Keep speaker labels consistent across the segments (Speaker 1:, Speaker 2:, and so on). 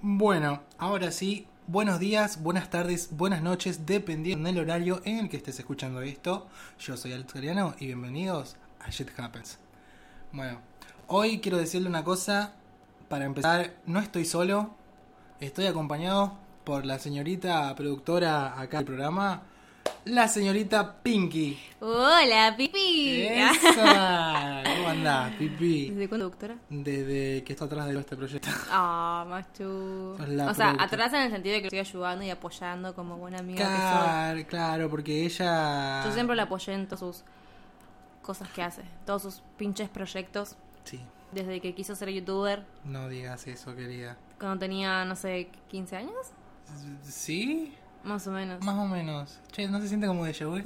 Speaker 1: Bueno, ahora sí, buenos días, buenas tardes, buenas noches, dependiendo del horario en el que estés escuchando esto. Yo soy Alex Galeano y bienvenidos a Shit Happens. Bueno, hoy quiero decirle una cosa. Para empezar, no estoy solo, estoy acompañado por la señorita productora acá del programa, la señorita Pinky.
Speaker 2: Hola, Pipi. Ah,
Speaker 1: ¡Esa! ¿Cómo andás, Pipi?
Speaker 2: ¿Desde cuándo, doctora?
Speaker 1: Desde que está atrás de este proyecto.
Speaker 2: Ah, Machu.
Speaker 1: Sos la
Speaker 2: O sea,
Speaker 1: productora.
Speaker 2: atrás en el sentido de que estoy ayudando y apoyando como buena amiga que
Speaker 1: Claro, claro, porque ella.
Speaker 2: soy. Yo siempre la apoyé en todas sus cosas que hace, todos sus pinches proyectos.
Speaker 1: Sí,
Speaker 2: Desde que quiso ser youtuber,
Speaker 1: no digas eso, querida.
Speaker 2: cuando tenía, no sé, 15 años,
Speaker 1: ¿Sí?
Speaker 2: más o menos.
Speaker 1: Más o menos. Che, ¿no se siente como de vu?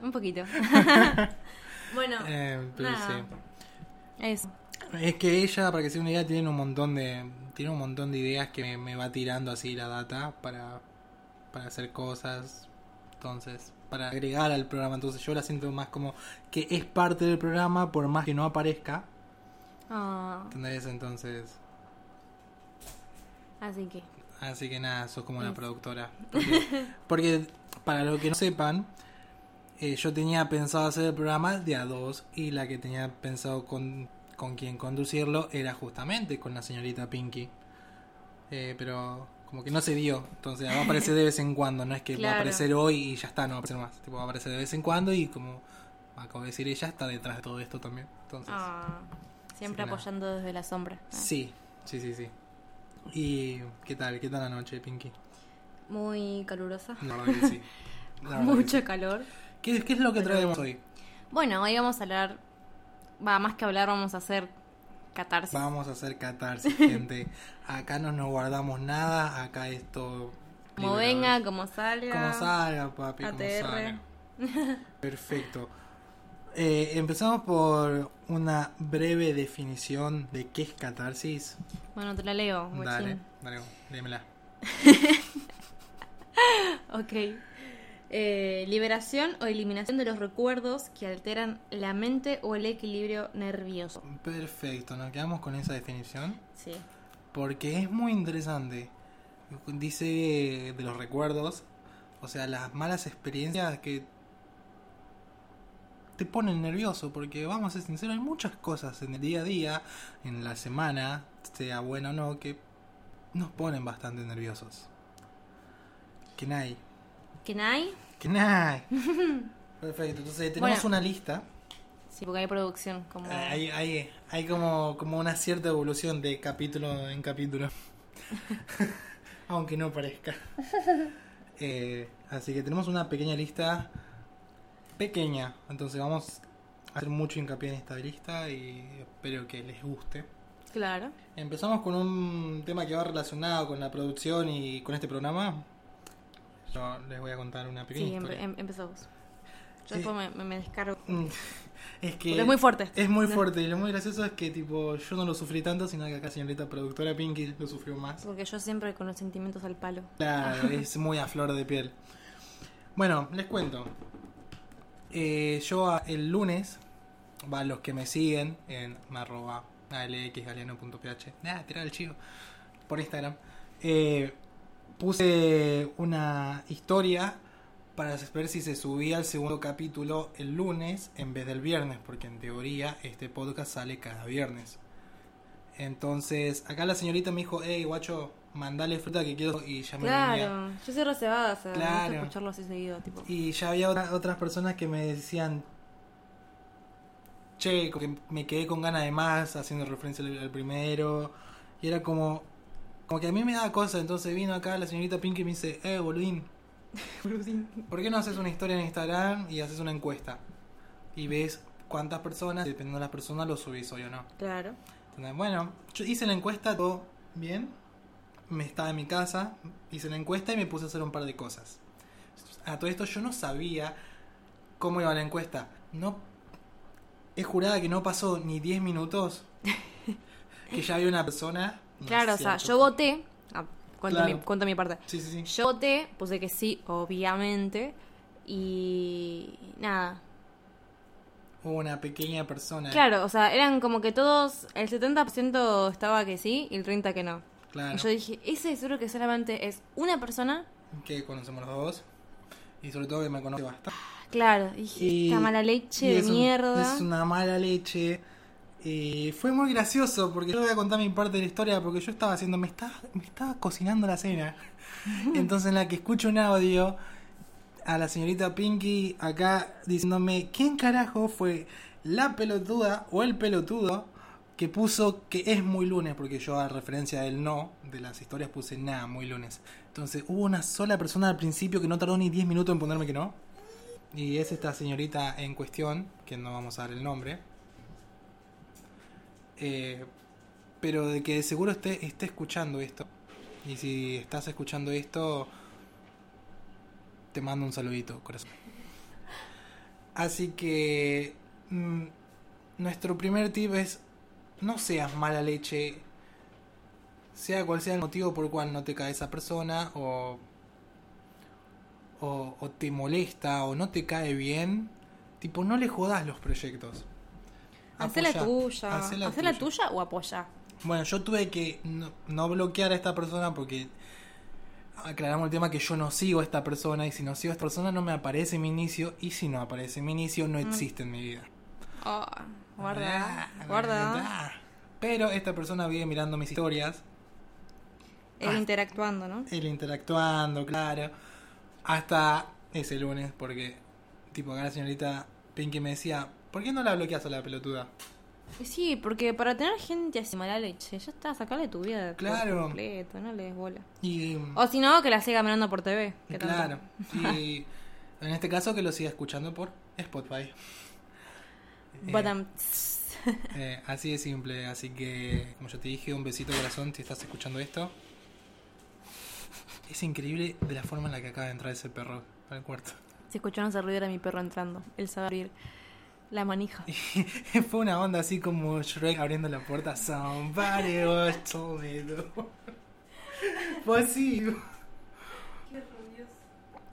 Speaker 2: Un poquito. bueno,
Speaker 1: Eh, pero
Speaker 2: Ah. nada. eso.
Speaker 1: Es que ella, para que sea una idea, tiene un montón de. Tiene un montón de ideas que me, me va tirando así la data para, para hacer cosas. Entonces, para agregar al programa. Entonces yo la siento más como que es parte del programa, por más que no aparezca.
Speaker 2: Ah,
Speaker 1: ¿Entendés? Entonces.
Speaker 2: así que,
Speaker 1: Así que nada, sos como la
Speaker 2: Es.
Speaker 1: productora. Porque, porque, para los que no sepan, eh, yo tenía pensado hacer el programa de a dos y la que tenía pensado con, con quien conducirlo era justamente con la señorita Pinky. Eh, pero como que no se dio, entonces va a aparecer de vez en cuando, no es que va a
Speaker 2: Claro.
Speaker 1: aparecer hoy y ya está, no va a aparecer más. Tipo, va a aparecer de vez en cuando y como acabo de decir ella, está detrás de todo esto también. Entonces...
Speaker 2: ah,
Speaker 1: Así que
Speaker 2: siempre
Speaker 1: nada.
Speaker 2: apoyando desde la sombra. Ah.
Speaker 1: Sí, sí, sí, sí. ¿Y qué tal? ¿Qué tal la noche, Pinky?
Speaker 2: Muy calurosa.
Speaker 1: La verdad que sí. La verdad que sí.
Speaker 2: Mucho calor.
Speaker 1: ¿Qué, qué es lo que traemos hoy?
Speaker 2: Bueno, hoy vamos a hablar. Va, más que hablar, vamos a hacer catarsis.
Speaker 1: Vamos a hacer catarsis, gente. Acá no nos guardamos nada, acá esto.
Speaker 2: Como venga, como salga.
Speaker 1: Como salga, papi, como
Speaker 2: ATR.
Speaker 1: salga. Perfecto. Eh, empezamos por una breve definición de qué es catarsis.
Speaker 2: Bueno, te la leo. guachín.
Speaker 1: Dale, dale, léemela.
Speaker 2: Ok. Eh, liberación o eliminación de los recuerdos que alteran la mente o el equilibrio nervioso.
Speaker 1: Perfecto, nos quedamos con esa definición.
Speaker 2: Sí.
Speaker 1: Porque es muy interesante. Dice de los recuerdos, o sea, las malas experiencias que te ponen nervioso, porque vamos a ser sinceros, hay muchas cosas en el día a día, en la semana, sea bueno o no, que nos ponen bastante nerviosos. Que nay,
Speaker 2: ¿Que hay?
Speaker 1: que nay. Perfecto, entonces tenemos
Speaker 2: Bueno.
Speaker 1: una lista.
Speaker 2: Sí, porque hay producción. Como...
Speaker 1: Eh, Hay, hay, hay como, como una cierta evolución de capítulo en capítulo. Aunque no parezca. Eh, así que tenemos una pequeña lista. Pequeña. Entonces vamos a hacer mucho hincapié en esta lista y espero que les guste.
Speaker 2: Claro.
Speaker 1: Empezamos con un tema que va relacionado con la producción y con este programa. Yo les voy a contar una pequeña
Speaker 2: Sí, empe-
Speaker 1: historia.
Speaker 2: em- empezó vos. Yo
Speaker 1: Eh,
Speaker 2: después me, me- me descargo.
Speaker 1: Mm, Es que
Speaker 2: em. Porque es muy fuerte.
Speaker 1: Es muy fuerte y lo muy gracioso es que tipo yo no lo sufrí tanto, sino que acá señorita productora Pinky lo sufrió más.
Speaker 2: Porque yo siempre con los sentimientos al palo.
Speaker 1: Claro, es muy a flor de piel. Bueno, les cuento. Eh, yo a- el lunes, va los que me siguen en arroba alxgaleano.ph, ah, tirar el chivo por Instagram, eh, puse una historia para ver si se subía el segundo capítulo el lunes en vez del viernes, porque en teoría este podcast sale cada viernes. Entonces, acá la señorita me dijo, hey, guacho, mandale fruta que quiero y ya me venía.
Speaker 2: Claro, yo soy reservada, o sea, me gusta
Speaker 1: Claro.
Speaker 2: escucharlo así seguido, tipo.
Speaker 1: Y ya había otra- otras personas que me decían, che, como que me quedé con ganas de más haciendo referencia al, al primero. Y era como, como que a mí me daba cosa. Entonces vino acá la señorita Pinky y me dice, eh, boludín, ¿por qué no haces una historia en Instagram y haces una encuesta? Y ves cuántas personas, dependiendo de las personas, lo subís hoy o no.
Speaker 2: Claro.
Speaker 1: Entonces, Bueno, yo hice la encuesta, todo bien. Me estaba en mi casa, hice la encuesta y me puse a hacer un par de cosas. A todo esto yo no sabía cómo iba la encuesta. No es jurada que no pasó ni 10 minutos que ya había una persona. No
Speaker 2: Claro, o
Speaker 1: es
Speaker 2: sea, yo
Speaker 1: cierto.
Speaker 2: voté. Ah, cuento,
Speaker 1: Claro.
Speaker 2: mi, cuento mi parte.
Speaker 1: Sí, sí, sí.
Speaker 2: Yo voté, puse que sí, obviamente. Y. Nada.
Speaker 1: Hubo una pequeña persona.
Speaker 2: Claro, o sea, eran como que todos. El 70% estaba que sí y el 30% que no.
Speaker 1: Claro.
Speaker 2: Y yo dije, ese seguro que solamente es una persona.
Speaker 1: Que conocemos los dos. Y sobre todo que me conoce bastante.
Speaker 2: Claro, dije,
Speaker 1: Y-
Speaker 2: esta mala leche
Speaker 1: Y
Speaker 2: de
Speaker 1: es un-
Speaker 2: mierda.
Speaker 1: es una mala leche. Eh, fue muy gracioso porque yo voy a contar mi parte de la historia porque yo estaba haciendo, me estaba, me estaba cocinando la cena. Entonces en la que escucho un audio a la señorita Pinky acá diciéndome quién carajo fue la pelotuda o el pelotudo que puso que es muy lunes porque yo a referencia del no de las historias puse nada muy lunes. Entonces hubo una sola persona al principio que no tardó ni 10 minutos en ponerme que no. Y es esta señorita en cuestión, que no vamos a dar el nombre. Eh, pero de que de seguro esté, esté escuchando esto. Y si estás escuchando esto, te mando un saludito, corazón. Así que mm, nuestro primer tip es no seas mala leche. Sea cual sea el motivo por el cual no te cae esa persona o o, o te molesta o no te cae bien, tipo, no le jodas los proyectos.
Speaker 2: Hacé la
Speaker 1: Apoyá,
Speaker 2: tuya.
Speaker 1: hacé
Speaker 2: Hacé
Speaker 1: la tuya.
Speaker 2: la, tuya o apoya.
Speaker 1: Bueno, yo tuve que no, no bloquear a esta persona porque aclaramos el tema que yo no sigo a esta persona y si no sigo a esta persona no me aparece en mi inicio y si no aparece en mi inicio no existe en mi vida.
Speaker 2: Oh, Mm. guarda,
Speaker 1: Ah,
Speaker 2: guarda.
Speaker 1: verdad. Pero esta persona vive mirando mis historias
Speaker 2: Él interactuando, ¿no?
Speaker 1: El interactuando, claro. Hasta ese lunes, porque, tipo, acá la señorita Pinky me decía, ¿por qué no la bloqueas a la pelotuda?
Speaker 2: Y Sí, porque para tener gente así mala leche, ya está, sacale tu vida por
Speaker 1: Claro.
Speaker 2: completo, no le des bola.
Speaker 1: Y. mm,
Speaker 2: O si no, que la siga mirando por TV. que tanto.
Speaker 1: claro. Y en este caso, que lo siga escuchando por Spotify. Eh,
Speaker 2: Badam.
Speaker 1: eh, así de simple. Así que, como yo te dije, un besito corazón si estás escuchando esto. Es increíble de la forma en la que acaba de entrar ese perro al cuarto.
Speaker 2: Si escucharon ese ruido era mi perro entrando. Él sabe abrir la manija.
Speaker 1: Fue una onda así como Shrek abriendo la puerta. Somebody was told me to". Fue así.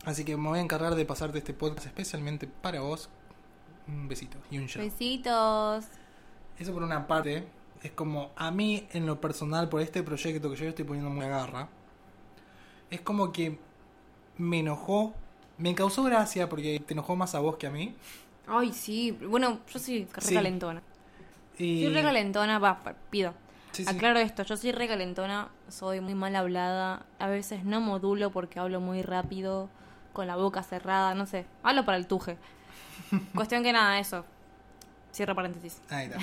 Speaker 1: Así que me voy a encargar de pasarte este podcast especialmente para vos. Un besito y un show.
Speaker 2: Besitos.
Speaker 1: Eso por una parte. Es como a mí en lo personal por este proyecto que yo le estoy poniendo muy agarra. Es como que me enojó. Me causó gracia porque te enojó más a vos que a mí.
Speaker 2: Ay, sí. Bueno, yo soy re
Speaker 1: Sí.
Speaker 2: calentona.
Speaker 1: Y...
Speaker 2: Soy re calentona, va, pa- pido.
Speaker 1: Sí, sí.
Speaker 2: Aclaro esto, yo soy re calentona, soy muy mal hablada, a veces no modulo porque hablo muy rápido, con la boca cerrada, no sé, hablo para el tuje. Cuestión que nada, eso. Cierra paréntesis.
Speaker 1: Ahí está.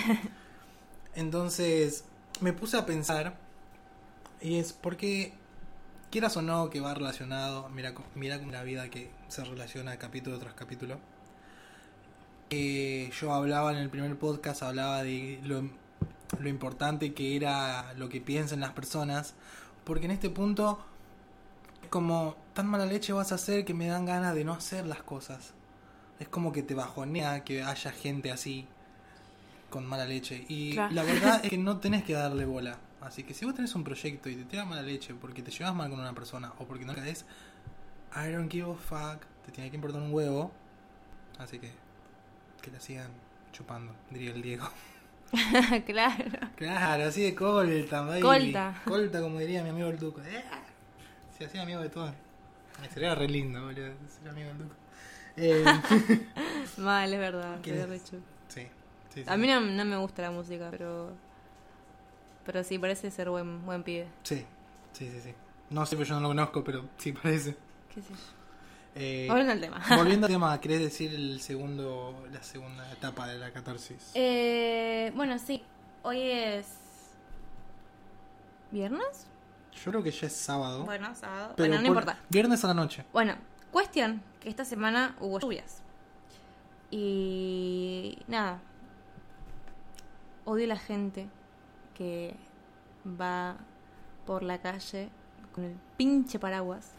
Speaker 1: Entonces, me puse a pensar, y es porque, quieras o no, que va relacionado, mira, co- mira con la vida que se relaciona capítulo tras capítulo. Eh, yo hablaba en el primer podcast, hablaba de lo, lo importante que era lo que piensan las personas, porque en este punto, es como, tan mala leche vas a hacer que me dan ganas de no hacer las cosas. Es como que te bajonea que haya gente así con mala leche. Y
Speaker 2: Claro.
Speaker 1: la verdad es que no tenés que darle bola. Así que si vos tenés un proyecto y te tira mala leche porque te llevas mal con una persona o porque no la caes, I don't give a fuck, te tiene que importar un huevo. Así que que la sigan chupando, diría el Diego.
Speaker 2: claro.
Speaker 1: Claro, así de colta, baby.
Speaker 2: Colta.
Speaker 1: Colta, como diría mi amigo el Duco. Eh, Se hacía amigo de todo. Ay, Sería re lindo, boludo. Ser amigo del Duco. Eh,
Speaker 2: Mal, es verdad.
Speaker 1: ¿Quién
Speaker 2: quedé
Speaker 1: es?
Speaker 2: re chu-
Speaker 1: sí, sí, sí.
Speaker 2: A mí no, no me gusta la música, pero. Pero sí, parece ser buen, buen pibe.
Speaker 1: Sí, sí, sí, sí. No sé, pero yo no lo conozco, pero sí parece.
Speaker 2: ¿Qué sé yo?
Speaker 1: Eh,
Speaker 2: Volviendo al tema.
Speaker 1: volviendo al tema, ¿querés decir el segundo, la segunda etapa de la catarsis?
Speaker 2: Eh, bueno, sí. Hoy es. ¿Viernes?
Speaker 1: Yo creo que ya es sábado.
Speaker 2: Bueno, sábado.
Speaker 1: pero
Speaker 2: bueno, no
Speaker 1: por-
Speaker 2: importa.
Speaker 1: Viernes a la noche.
Speaker 2: Bueno, cuestión que esta semana hubo lluvias. Y nada. Odio la gente que va por la calle con el pinche paraguas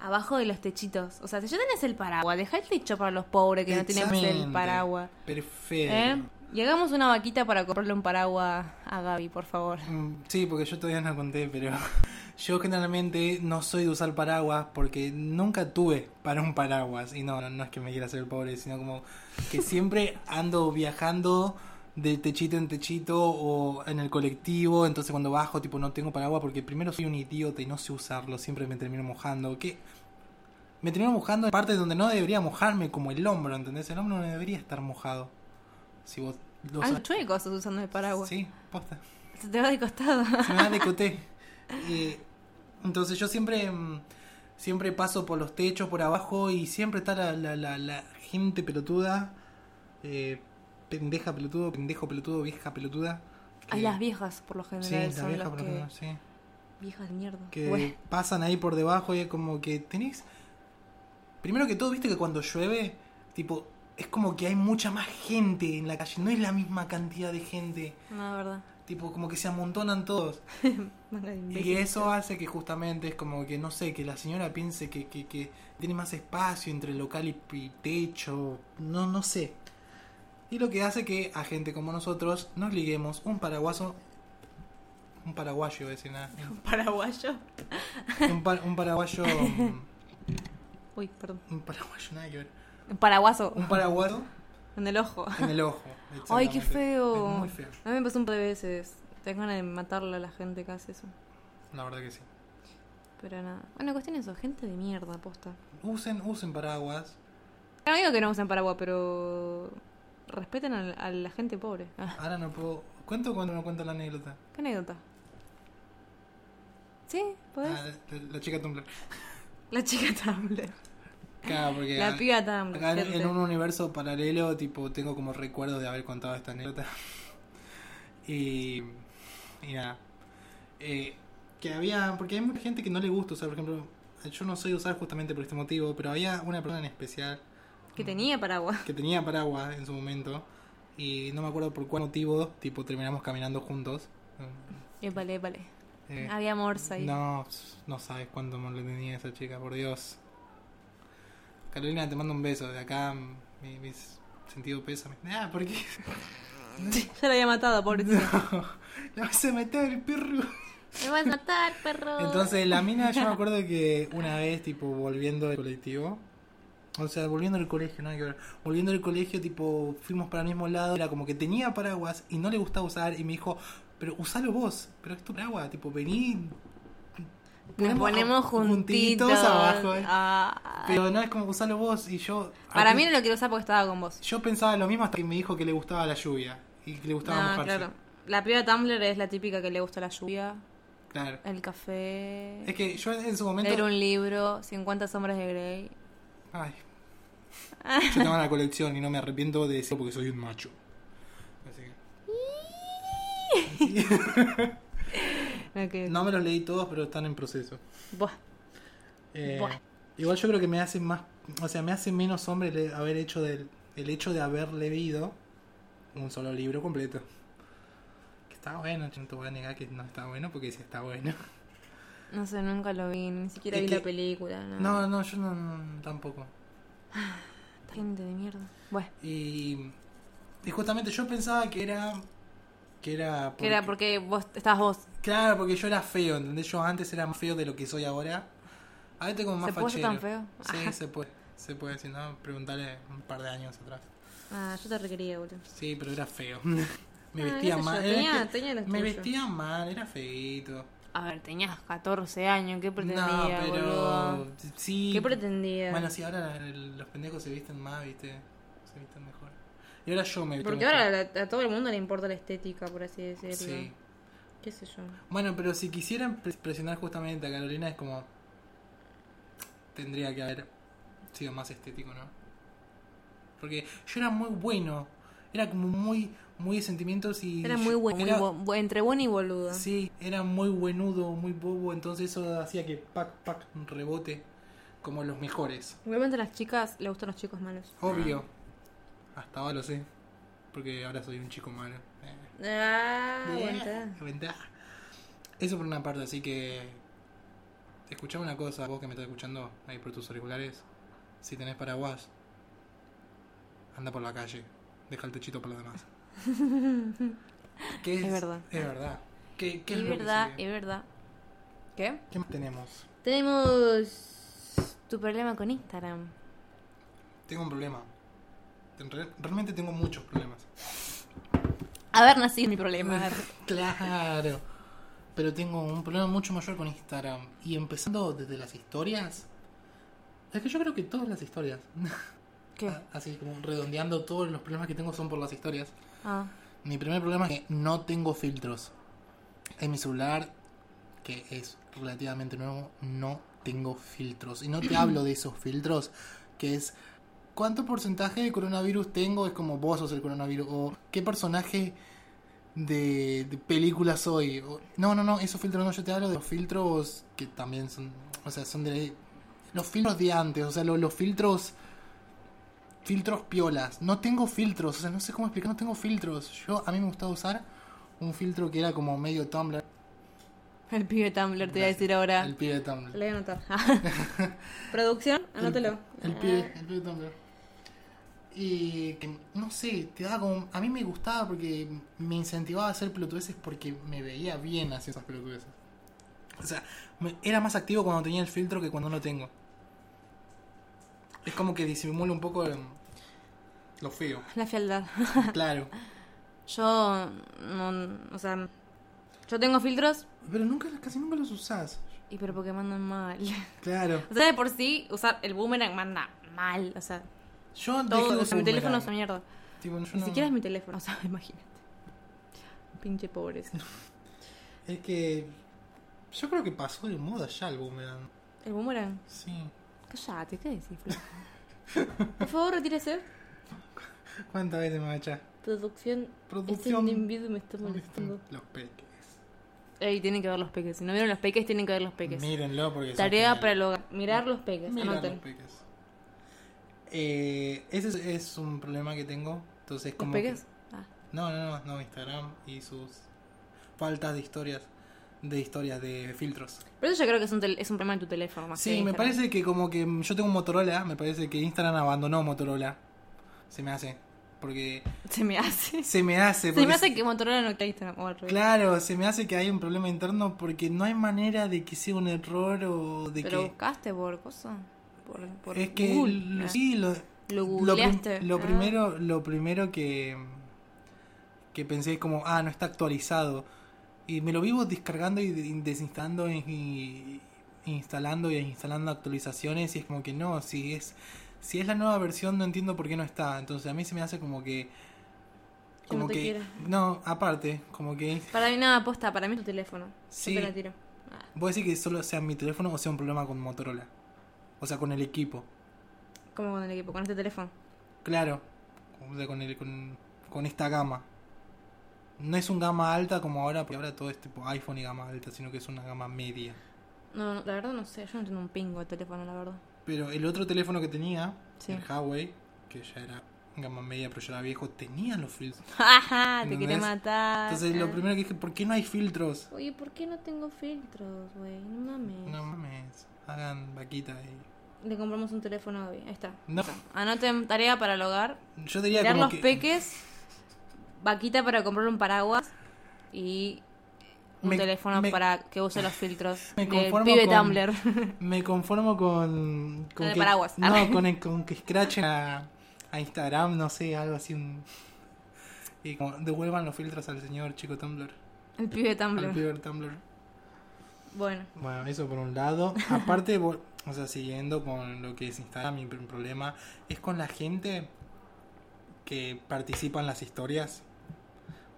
Speaker 2: abajo de los techitos. O sea, si ya tenés el paraguas, dejá el techo para los pobres que no tienen el
Speaker 1: Exactamente.
Speaker 2: paraguas.
Speaker 1: Perfecto.
Speaker 2: ¿eh? Y hagamos una vaquita para comprarle un paraguas a Gaby, por favor.
Speaker 1: Mm, Sí, porque yo todavía no conté, pero yo generalmente no soy de usar paraguas porque nunca tuve para un paraguas. Y no, no, no es que me quiera ser pobre, sino como que siempre ando viajando de techito en techito o en el colectivo, entonces cuando bajo tipo no tengo paraguas porque primero soy un idiota y no sé usarlo, siempre me termino mojando, que me termino mojando en partes donde no debería mojarme como el hombro, ¿entendés? El hombro no debería estar mojado. Si vos lo
Speaker 2: Ah,
Speaker 1: usás-
Speaker 2: chueco estás usando el paraguas.
Speaker 1: Sí, posta.
Speaker 2: Se te va de costado.
Speaker 1: Se me va de coté. Eh, entonces yo siempre mm, siempre paso por los techos, por abajo y siempre está la, la, la, la gente pelotuda, eh, pendeja pelotudo, pendejo pelotudo, vieja pelotuda. que-
Speaker 2: Hay las viejas, por lo
Speaker 1: Sí,
Speaker 2: general,
Speaker 1: las
Speaker 2: son
Speaker 1: viejas
Speaker 2: las
Speaker 1: por
Speaker 2: que...
Speaker 1: lo general, sí.
Speaker 2: Viejas de mierda.
Speaker 1: Que
Speaker 2: Bueno,
Speaker 1: pasan ahí por debajo y es como que tenés... Primero que todo, viste que cuando llueve, tipo, es como que hay mucha más gente en la calle, no es la misma cantidad de gente,
Speaker 2: no, la verdad.
Speaker 1: tipo, como que se amontonan todos.
Speaker 2: Manga de
Speaker 1: Y
Speaker 2: imbécil.
Speaker 1: eso hace que justamente es como que, no sé, que la señora piense que, que, que tiene más espacio entre local y, y techo, no, no sé. Y lo que hace que a gente como nosotros nos liguemos un paraguaso, un paraguayo, iba a decir nada,
Speaker 2: Paraguayo.
Speaker 1: un, par- un paraguayo, un
Speaker 2: Uy, perdón.
Speaker 1: paraguayo, nada que ver,
Speaker 2: Un paraguaso.
Speaker 1: un paraguayo
Speaker 2: En el ojo.
Speaker 1: en el ojo.
Speaker 2: Ay, qué
Speaker 1: exactamente.
Speaker 2: feo.
Speaker 1: Es muy feo,
Speaker 2: A mí me pasó un par de veces. Tengo ganas de matarle a la gente que hace eso.
Speaker 1: la verdad que sí.
Speaker 2: Pero nada. Bueno, cuestión es eso. Gente de mierda, posta.
Speaker 1: Usen, usen paraguas,
Speaker 2: No digo que no usan paraguas, pero... Respeten al- a, la gente pobre. Ah,
Speaker 1: ahora no puedo, ¿cuento cuando no cuento la anécdota?
Speaker 2: ¿Qué anécdota? ¿Sí? ¿Podés?
Speaker 1: Ah, la, la chica Tumblr.
Speaker 2: La chica Tumblr.
Speaker 1: Claro, porque
Speaker 2: La
Speaker 1: a-
Speaker 2: piba Tumblr.
Speaker 1: Eh, ah, Acá en-
Speaker 2: gente.
Speaker 1: en un universo paralelo, tipo, tengo como recuerdo de haber contado esta anécdota. y, y nada. Eh, que había, porque hay mucha gente que no le gusta usar, por ejemplo, yo no soy usar justamente por este motivo, pero había una persona en especial
Speaker 2: Que tenía paraguas.
Speaker 1: que tenía paraguas en su momento y no me acuerdo por cuál motivo, tipo, terminamos caminando juntos.
Speaker 2: Épale, épale.
Speaker 1: Eh,
Speaker 2: Había morsa ahí.
Speaker 1: no, no sabes cuánto amor le tenía a esa chica, por Dios. Carolina, te mando un beso. De acá, mm, mi, mis sentido pésame. Ah, ¿por qué?
Speaker 2: Ya la había matado, pobrecita.
Speaker 1: La vas a matar, el perro.
Speaker 2: Me vas a matar, perro.
Speaker 1: Entonces, la mina, yo me acuerdo que una vez, tipo, volviendo del colectivo. O sea, volviendo del colegio, nada que ver. Volviendo del colegio, tipo, fuimos para el mismo lado. Era como que tenía paraguas y no le gustaba usar. Y me dijo, pero usalo vos. Pero es tu paraguas. Tipo, vení.
Speaker 2: Nos ponemos juntitos.
Speaker 1: abajo. eh.
Speaker 2: Ah.
Speaker 1: Pero no es como usalo vos y yo.
Speaker 2: Para
Speaker 1: al-
Speaker 2: mí no lo quiero usar porque estaba con vos.
Speaker 1: Yo pensaba lo mismo hasta que me dijo que le gustaba la lluvia y que le gustaba
Speaker 2: Ah,
Speaker 1: mojarse.
Speaker 2: claro. La piba Tumblr es la típica que le gusta la lluvia,
Speaker 1: Claro.
Speaker 2: el café,
Speaker 1: Es que yo en su momento.
Speaker 2: leer un libro, 50 sombras de Grey.
Speaker 1: Ay.
Speaker 2: Ah.
Speaker 1: Yo tengo la colección y no me arrepiento de decirlo porque soy un macho. Así que-
Speaker 2: Ok.
Speaker 1: No me los leí todos, pero están en proceso.
Speaker 2: Buah.
Speaker 1: Eh,
Speaker 2: Buah.
Speaker 1: igual yo creo que me hace más. O sea, me hace menos hombre le- haber hecho del, el hecho de haber leído un solo libro completo. Que está bueno, yo no te voy a negar que no está bueno porque sí está bueno.
Speaker 2: No sé, nunca lo vi, ni siquiera
Speaker 1: Es
Speaker 2: vi
Speaker 1: que-
Speaker 2: la película. No.
Speaker 1: No, no, yo no- no tampoco.
Speaker 2: Gente de mierda. Bueno,
Speaker 1: Y, y justamente yo pensaba que era. Que era.
Speaker 2: que era porque vos estabas vos.
Speaker 1: Claro, porque yo era feo, ¿entendés? Yo antes era más feo de lo que soy ahora. A veces como más
Speaker 2: ¿Se puede ser tan
Speaker 1: fachero.
Speaker 2: feo? Ah.
Speaker 1: Sí, se puede. Se puede, si no, preguntarle un par de años atrás.
Speaker 2: Ah, yo te requería, boludo.
Speaker 1: Sí, pero era feo. Me
Speaker 2: Ah,
Speaker 1: vestía
Speaker 2: qué sé yo,
Speaker 1: mal. Era
Speaker 2: tenía-
Speaker 1: que-
Speaker 2: tenía los
Speaker 1: me
Speaker 2: tuyos.
Speaker 1: vestía mal, era feito.
Speaker 2: A ver, tenías 14 años, ¿qué pretendía,
Speaker 1: No, pero.
Speaker 2: boludo?
Speaker 1: Sí.
Speaker 2: ¿Qué pretendía?
Speaker 1: Bueno, sí, ahora el- los pendejos se visten más, ¿viste? Se visten mejor. Y ahora yo me visto
Speaker 2: Porque
Speaker 1: mejor.
Speaker 2: ahora a, a todo el mundo le importa la estética, por así decirlo.
Speaker 1: Sí.
Speaker 2: ¿Qué sé yo?
Speaker 1: Bueno, pero si quisieran pre- presionar justamente a Carolina es como... Tendría que haber sido más estético, ¿no? Porque yo era muy bueno. Era como muy muy de sentimientos y...
Speaker 2: Era muy bueno,
Speaker 1: era-
Speaker 2: entre bueno y boludo.
Speaker 1: Sí, era muy buenudo, muy bobo. Entonces eso hacía que pac, pac, un rebote. Como los mejores.
Speaker 2: Igualmente a las chicas le gustan los chicos malos.
Speaker 1: Obvio. Hasta ahora lo sé. Porque ahora soy un chico malo. Eh.
Speaker 2: Ah,
Speaker 1: Eh,
Speaker 2: aguantá.
Speaker 1: aguantá. Eso por una parte, así que. Escuchame una cosa, vos que me estás escuchando ahí por tus auriculares. Si tenés paraguas, anda por la calle. Deja el techito para los demás. ¿Qué
Speaker 2: Es verdad.
Speaker 1: Es verdad. ¿Qué, qué es,
Speaker 2: Es
Speaker 1: lo que
Speaker 2: verdad, eh.
Speaker 1: sigue?
Speaker 2: es verdad. ¿Qué?
Speaker 1: ¿Qué más tenemos?
Speaker 2: Tenemos tu problema con Instagram.
Speaker 1: Tengo un problema. En real- Realmente tengo muchos problemas.
Speaker 2: Haber nacido es mi problema.
Speaker 1: Claro. Pero tengo un problema mucho mayor con Instagram. Y empezando desde las historias. Es que yo creo que todas las historias.
Speaker 2: ¿Qué?
Speaker 1: Así como redondeando todos los problemas que tengo son por las historias.
Speaker 2: Ah,
Speaker 1: Mi primer problema es que no tengo filtros. En mi celular, que es relativamente nuevo, no tengo filtros. Y no te hablo de esos filtros, que es cuánto porcentaje de coronavirus tengo, es como vos sos el coronavirus, o qué personaje de, de película soy. o- no, no, no, esos filtros no, yo te hablo de los filtros que también son, o sea, son de... Los filtros de antes, o sea, lo- los filtros filtros piolas. No tengo filtros, o sea, no sé cómo explicar, no tengo filtros. Yo, a mí me gustaba usar un filtro que era como medio Tumblr.
Speaker 2: el pibe Tumblr te voy a decir ahora.
Speaker 1: El pibe de Tumblr.
Speaker 2: Le voy a anotar. Producción, Ah, anótelo.
Speaker 1: El, el pibe, el pibe de Tumblr. Y que, no sé, te da como... A mí me gustaba porque me incentivaba a hacer pelotudeces porque me veía bien haciendo esas pelotudeces. O sea, me- era más activo cuando tenía el filtro que cuando no lo tengo. Es como que disimula un poco em, lo feo.
Speaker 2: La fialdad.
Speaker 1: Claro.
Speaker 2: Yo no, o sea, yo tengo filtros
Speaker 1: Pero nunca, casi nunca los usás.
Speaker 2: y pero porque mandan mal.
Speaker 1: Claro.
Speaker 2: O sea, de por sí usar el boomerang manda mal, o sea,
Speaker 1: Yo dejé de
Speaker 2: todo, o sea,
Speaker 1: usar
Speaker 2: mi teléfono
Speaker 1: boomerang.
Speaker 2: es una mierda.
Speaker 1: Tipo, yo
Speaker 2: Ni
Speaker 1: no-
Speaker 2: siquiera es mi teléfono, o sea, imagínate. Pinche pobres.
Speaker 1: Es que. Yo creo que pasó de moda ya el boomerang.
Speaker 2: El boomerang.
Speaker 1: Sí.
Speaker 2: Cállate, ¿qué decís, Flor? Por favor, retírese.
Speaker 1: ¿Cuántas veces me va a echar?
Speaker 2: Producción.
Speaker 1: Producción.
Speaker 2: Este individuo me está molestando.
Speaker 1: Los peques.
Speaker 2: Ey, tienen que ver los peques. Si no vieron los peques, tienen que ver los peques.
Speaker 1: Mírenlo porque. son
Speaker 2: Tarea
Speaker 1: geniales.
Speaker 2: para el hogar. Mirar los peques.
Speaker 1: Miren
Speaker 2: Anoten.
Speaker 1: los peques. Eh, ese es, es un problema que tengo. Entonces,
Speaker 2: ¿Los
Speaker 1: como. que-
Speaker 2: peques? Ah.
Speaker 1: No, no, no, no. Instagram y sus faltas de historias. De historias de filtros.
Speaker 2: Pero eso yo creo que es un, tel- es un problema de tu teléfono. Más que
Speaker 1: Sí,
Speaker 2: de
Speaker 1: me
Speaker 2: Instagram.
Speaker 1: parece que como que mm, yo tengo un Motorola, me parece que Instagram abandonó Motorola. Se me hace. Porque
Speaker 2: Se me hace.
Speaker 1: se me hace.
Speaker 2: Se
Speaker 1: porque
Speaker 2: me hace que Motorola no crea Instagram. o al revés.
Speaker 1: Claro, se me hace que hay un problema interno porque no hay manera de que sea un error o de
Speaker 2: Pero
Speaker 1: que...
Speaker 2: buscaste por cosa. Por, por
Speaker 1: es que
Speaker 2: Google.
Speaker 1: lo-
Speaker 2: Ah.
Speaker 1: sí, lo,
Speaker 2: Lo
Speaker 1: prim-
Speaker 2: googleaste.
Speaker 1: lo
Speaker 2: Ah.
Speaker 1: primero, lo primero que, que pensé es como, ah, no está actualizado. Y me lo vivo descargando y de- desinstalando y, y- instalando y instalando actualizaciones y es como que no, si es, si es la nueva versión no entiendo por qué no está. Entonces a mí se me hace como que...
Speaker 2: Que
Speaker 1: Como
Speaker 2: no te
Speaker 1: que...
Speaker 2: quiere.
Speaker 1: No, aparte, como que...
Speaker 2: Para mí nada, aposta. Para mí es tu teléfono. Yo
Speaker 1: Sí.
Speaker 2: te la tiro. Ah.
Speaker 1: ¿Vos decís que solo sea mi teléfono o sea un problema con Motorola? O sea, con el equipo.
Speaker 2: Como con el equipo, con este teléfono.
Speaker 1: Claro. O sea, con, el, con, con esta gama. No es un gama alta como ahora, porque ahora todo es tipo iPhone y gama alta, sino que es una gama media.
Speaker 2: No, no, la verdad no sé. Yo no entiendo un pingo de teléfono, la verdad.
Speaker 1: Pero el otro teléfono que tenía,
Speaker 2: Sí.
Speaker 1: el Huawei, que ya era gama media, pero ya era viejo, tenía los filtros.
Speaker 2: Ajá, te quería
Speaker 1: ¿Entendés?
Speaker 2: matar.
Speaker 1: Entonces,
Speaker 2: Ah.
Speaker 1: lo primero que dije, ¿por qué no hay filtros?
Speaker 2: Oye, ¿por qué no tengo filtros, güey? No mames.
Speaker 1: No mames, hagan vaquita ahí.
Speaker 2: Le compramos un teléfono a Gaby. Ahí está.
Speaker 1: No,
Speaker 2: Anoten tarea para el hogar.
Speaker 1: yo diría
Speaker 2: Mirar
Speaker 1: como
Speaker 2: los
Speaker 1: que...
Speaker 2: peques. Vaquita para comprar un paraguas. Y un
Speaker 1: Me-
Speaker 2: teléfono
Speaker 1: me-
Speaker 2: para que use los filtros.
Speaker 1: Me
Speaker 2: del
Speaker 1: conformo
Speaker 2: pibe
Speaker 1: con-
Speaker 2: Tumblr.
Speaker 1: Me conformo con.
Speaker 2: Con el paraguas. Ah.
Speaker 1: No, con, el- con que scratchen a, a Instagram, no sé, algo así. un- y como devuelvan los filtros al señor chico Tumblr.
Speaker 2: El pibe
Speaker 1: Al
Speaker 2: Tumblr.
Speaker 1: primer Tumblr.
Speaker 2: Bueno.
Speaker 1: Bueno, eso por un lado. Aparte, vol- o sea, siguiendo con lo que es Instagram, mi pr- problema es con la gente que participa en las historias.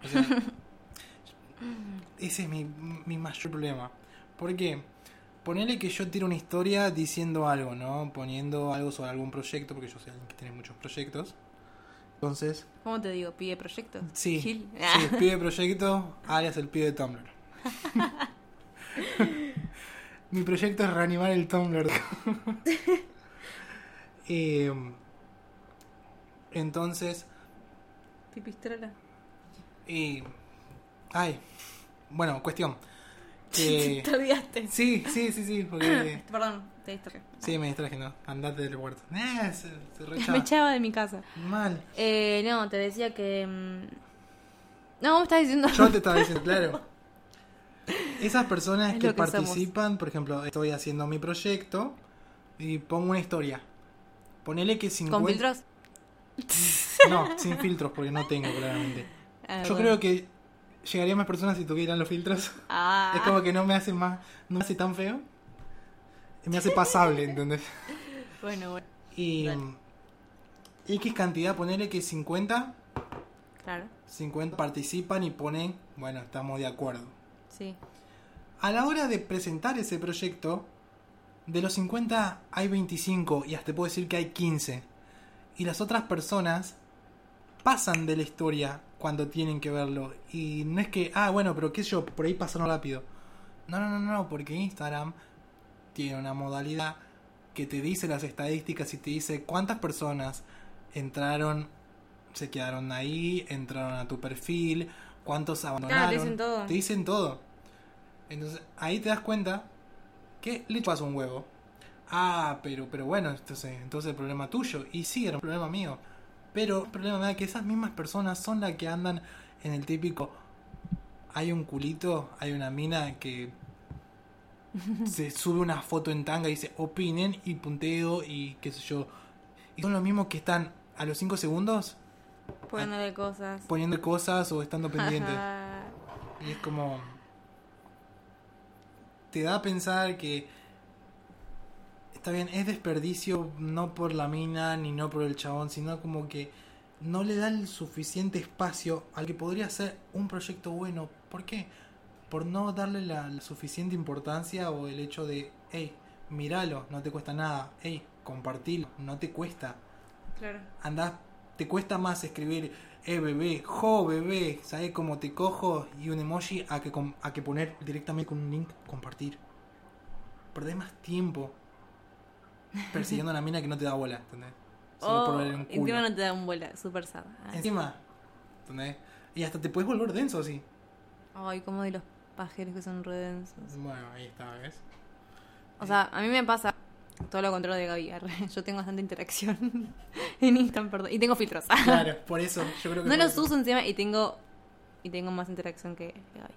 Speaker 1: O sea, ese es mi, mi mayor problema. ¿Por qué? Ponele que yo tiro una historia diciendo algo, ¿no? Poniendo algo sobre algún proyecto, porque yo soy alguien que tiene muchos proyectos. Entonces,
Speaker 2: ¿Cómo te digo? ¿Pibe proyecto?
Speaker 1: sí,
Speaker 2: Gil. Ah,
Speaker 1: sí, pibe de proyecto, alias el pibe de Tumblr. Mi proyecto es reanimar el Tumblr. Eh, entonces,
Speaker 2: Pipistrela.
Speaker 1: eh, ay, bueno, cuestión. Eh,
Speaker 2: Te olvidaste.
Speaker 1: sí, sí, sí, sí, porque
Speaker 2: Perdón, te distraje.
Speaker 1: sí me distraje, no, andate del huerto. Eh, se, se
Speaker 2: Me
Speaker 1: rechaba.
Speaker 2: echaba de mi casa.
Speaker 1: Mal.
Speaker 2: Eh, no, te decía que. mm, No, me estás diciendo.
Speaker 1: Yo te estaba diciendo, claro. Esas personas
Speaker 2: Es
Speaker 1: que,
Speaker 2: lo que somos.
Speaker 1: participan, por ejemplo, estoy haciendo mi proyecto y pongo una historia. Ponele que 50...
Speaker 2: ¿Con filtros?
Speaker 1: No, sin filtros porque no tengo claramente.
Speaker 2: Ah,
Speaker 1: Yo
Speaker 2: bueno.
Speaker 1: creo que llegaría más personas si tuvieran los filtros.
Speaker 2: Ah,
Speaker 1: Es como que no me hace más, no me hace tan feo. Me hace pasable, ¿entendés?
Speaker 2: bueno, bueno,
Speaker 1: Y
Speaker 2: Dale.
Speaker 1: X cantidad, ponerle que 50,
Speaker 2: claro,
Speaker 1: 50 participan y ponen, bueno, estamos de acuerdo.
Speaker 2: sí.
Speaker 1: A la hora de presentar ese proyecto, de los 50 hay 25 y hasta puedo decir que hay 15. Y las otras personas pasan de la historia cuando tienen que verlo. Y no es que, ah, bueno, pero qué sé yo, por ahí pasaron rápido. No, no, no, no, porque Instagram tiene una modalidad que te dice las estadísticas y te dice cuántas personas entraron, se quedaron ahí, entraron a tu perfil, cuántos abandonaron.
Speaker 2: dicen todo.
Speaker 1: Te dicen todo. Entonces ahí te das cuenta que le chupas un huevo. Ah, pero, pero bueno, entonces, entonces el problema tuyo. Y sí, era un problema mío. Pero el problema me da que esas mismas personas son las que andan en el típico. Hay un culito, hay una mina que se sube una foto en tanga y dice opinen y punteo y qué sé yo. Y son los mismos que están a los 5 segundos Ah,
Speaker 2: Poniéndole cosas.
Speaker 1: poniendo cosas o estando pendientes.
Speaker 2: Ajá.
Speaker 1: Y es como. Te da a pensar que. Está bien, es desperdicio no por la mina ni no por el chabón, sino como que no le da el suficiente espacio al que podría ser un proyecto bueno. ¿Por qué? Por no darle la, la suficiente importancia o el hecho de, hey, míralo, no te cuesta nada, hey, compartilo, no te cuesta
Speaker 2: Claro.
Speaker 1: andás, te cuesta más escribir, eh bebé, jo bebé, ¿sabes cómo te cojo? Y un emoji a que, com- a que poner directamente con un link, compartir. Perdés más tiempo persiguiendo a una mina que no te da bola, ¿entendés? Solo por
Speaker 2: Oh,
Speaker 1: ver un culo.
Speaker 2: encima no te dan bola, super sad. Ah.
Speaker 1: Encima, ¿entendés? Y hasta te puedes volver denso así.
Speaker 2: Ay, como de los pajeros que son re densos.
Speaker 1: Bueno, ahí está, ¿ves?
Speaker 2: O sea, a mí me pasa todo lo contrario de Gaby. arre. Yo tengo bastante interacción en Instagram, perdón. Y tengo filtros.
Speaker 1: Claro, por eso yo creo que...
Speaker 2: No
Speaker 1: por
Speaker 2: los
Speaker 1: eso.
Speaker 2: uso encima y tengo y tengo más interacción que que Gaby.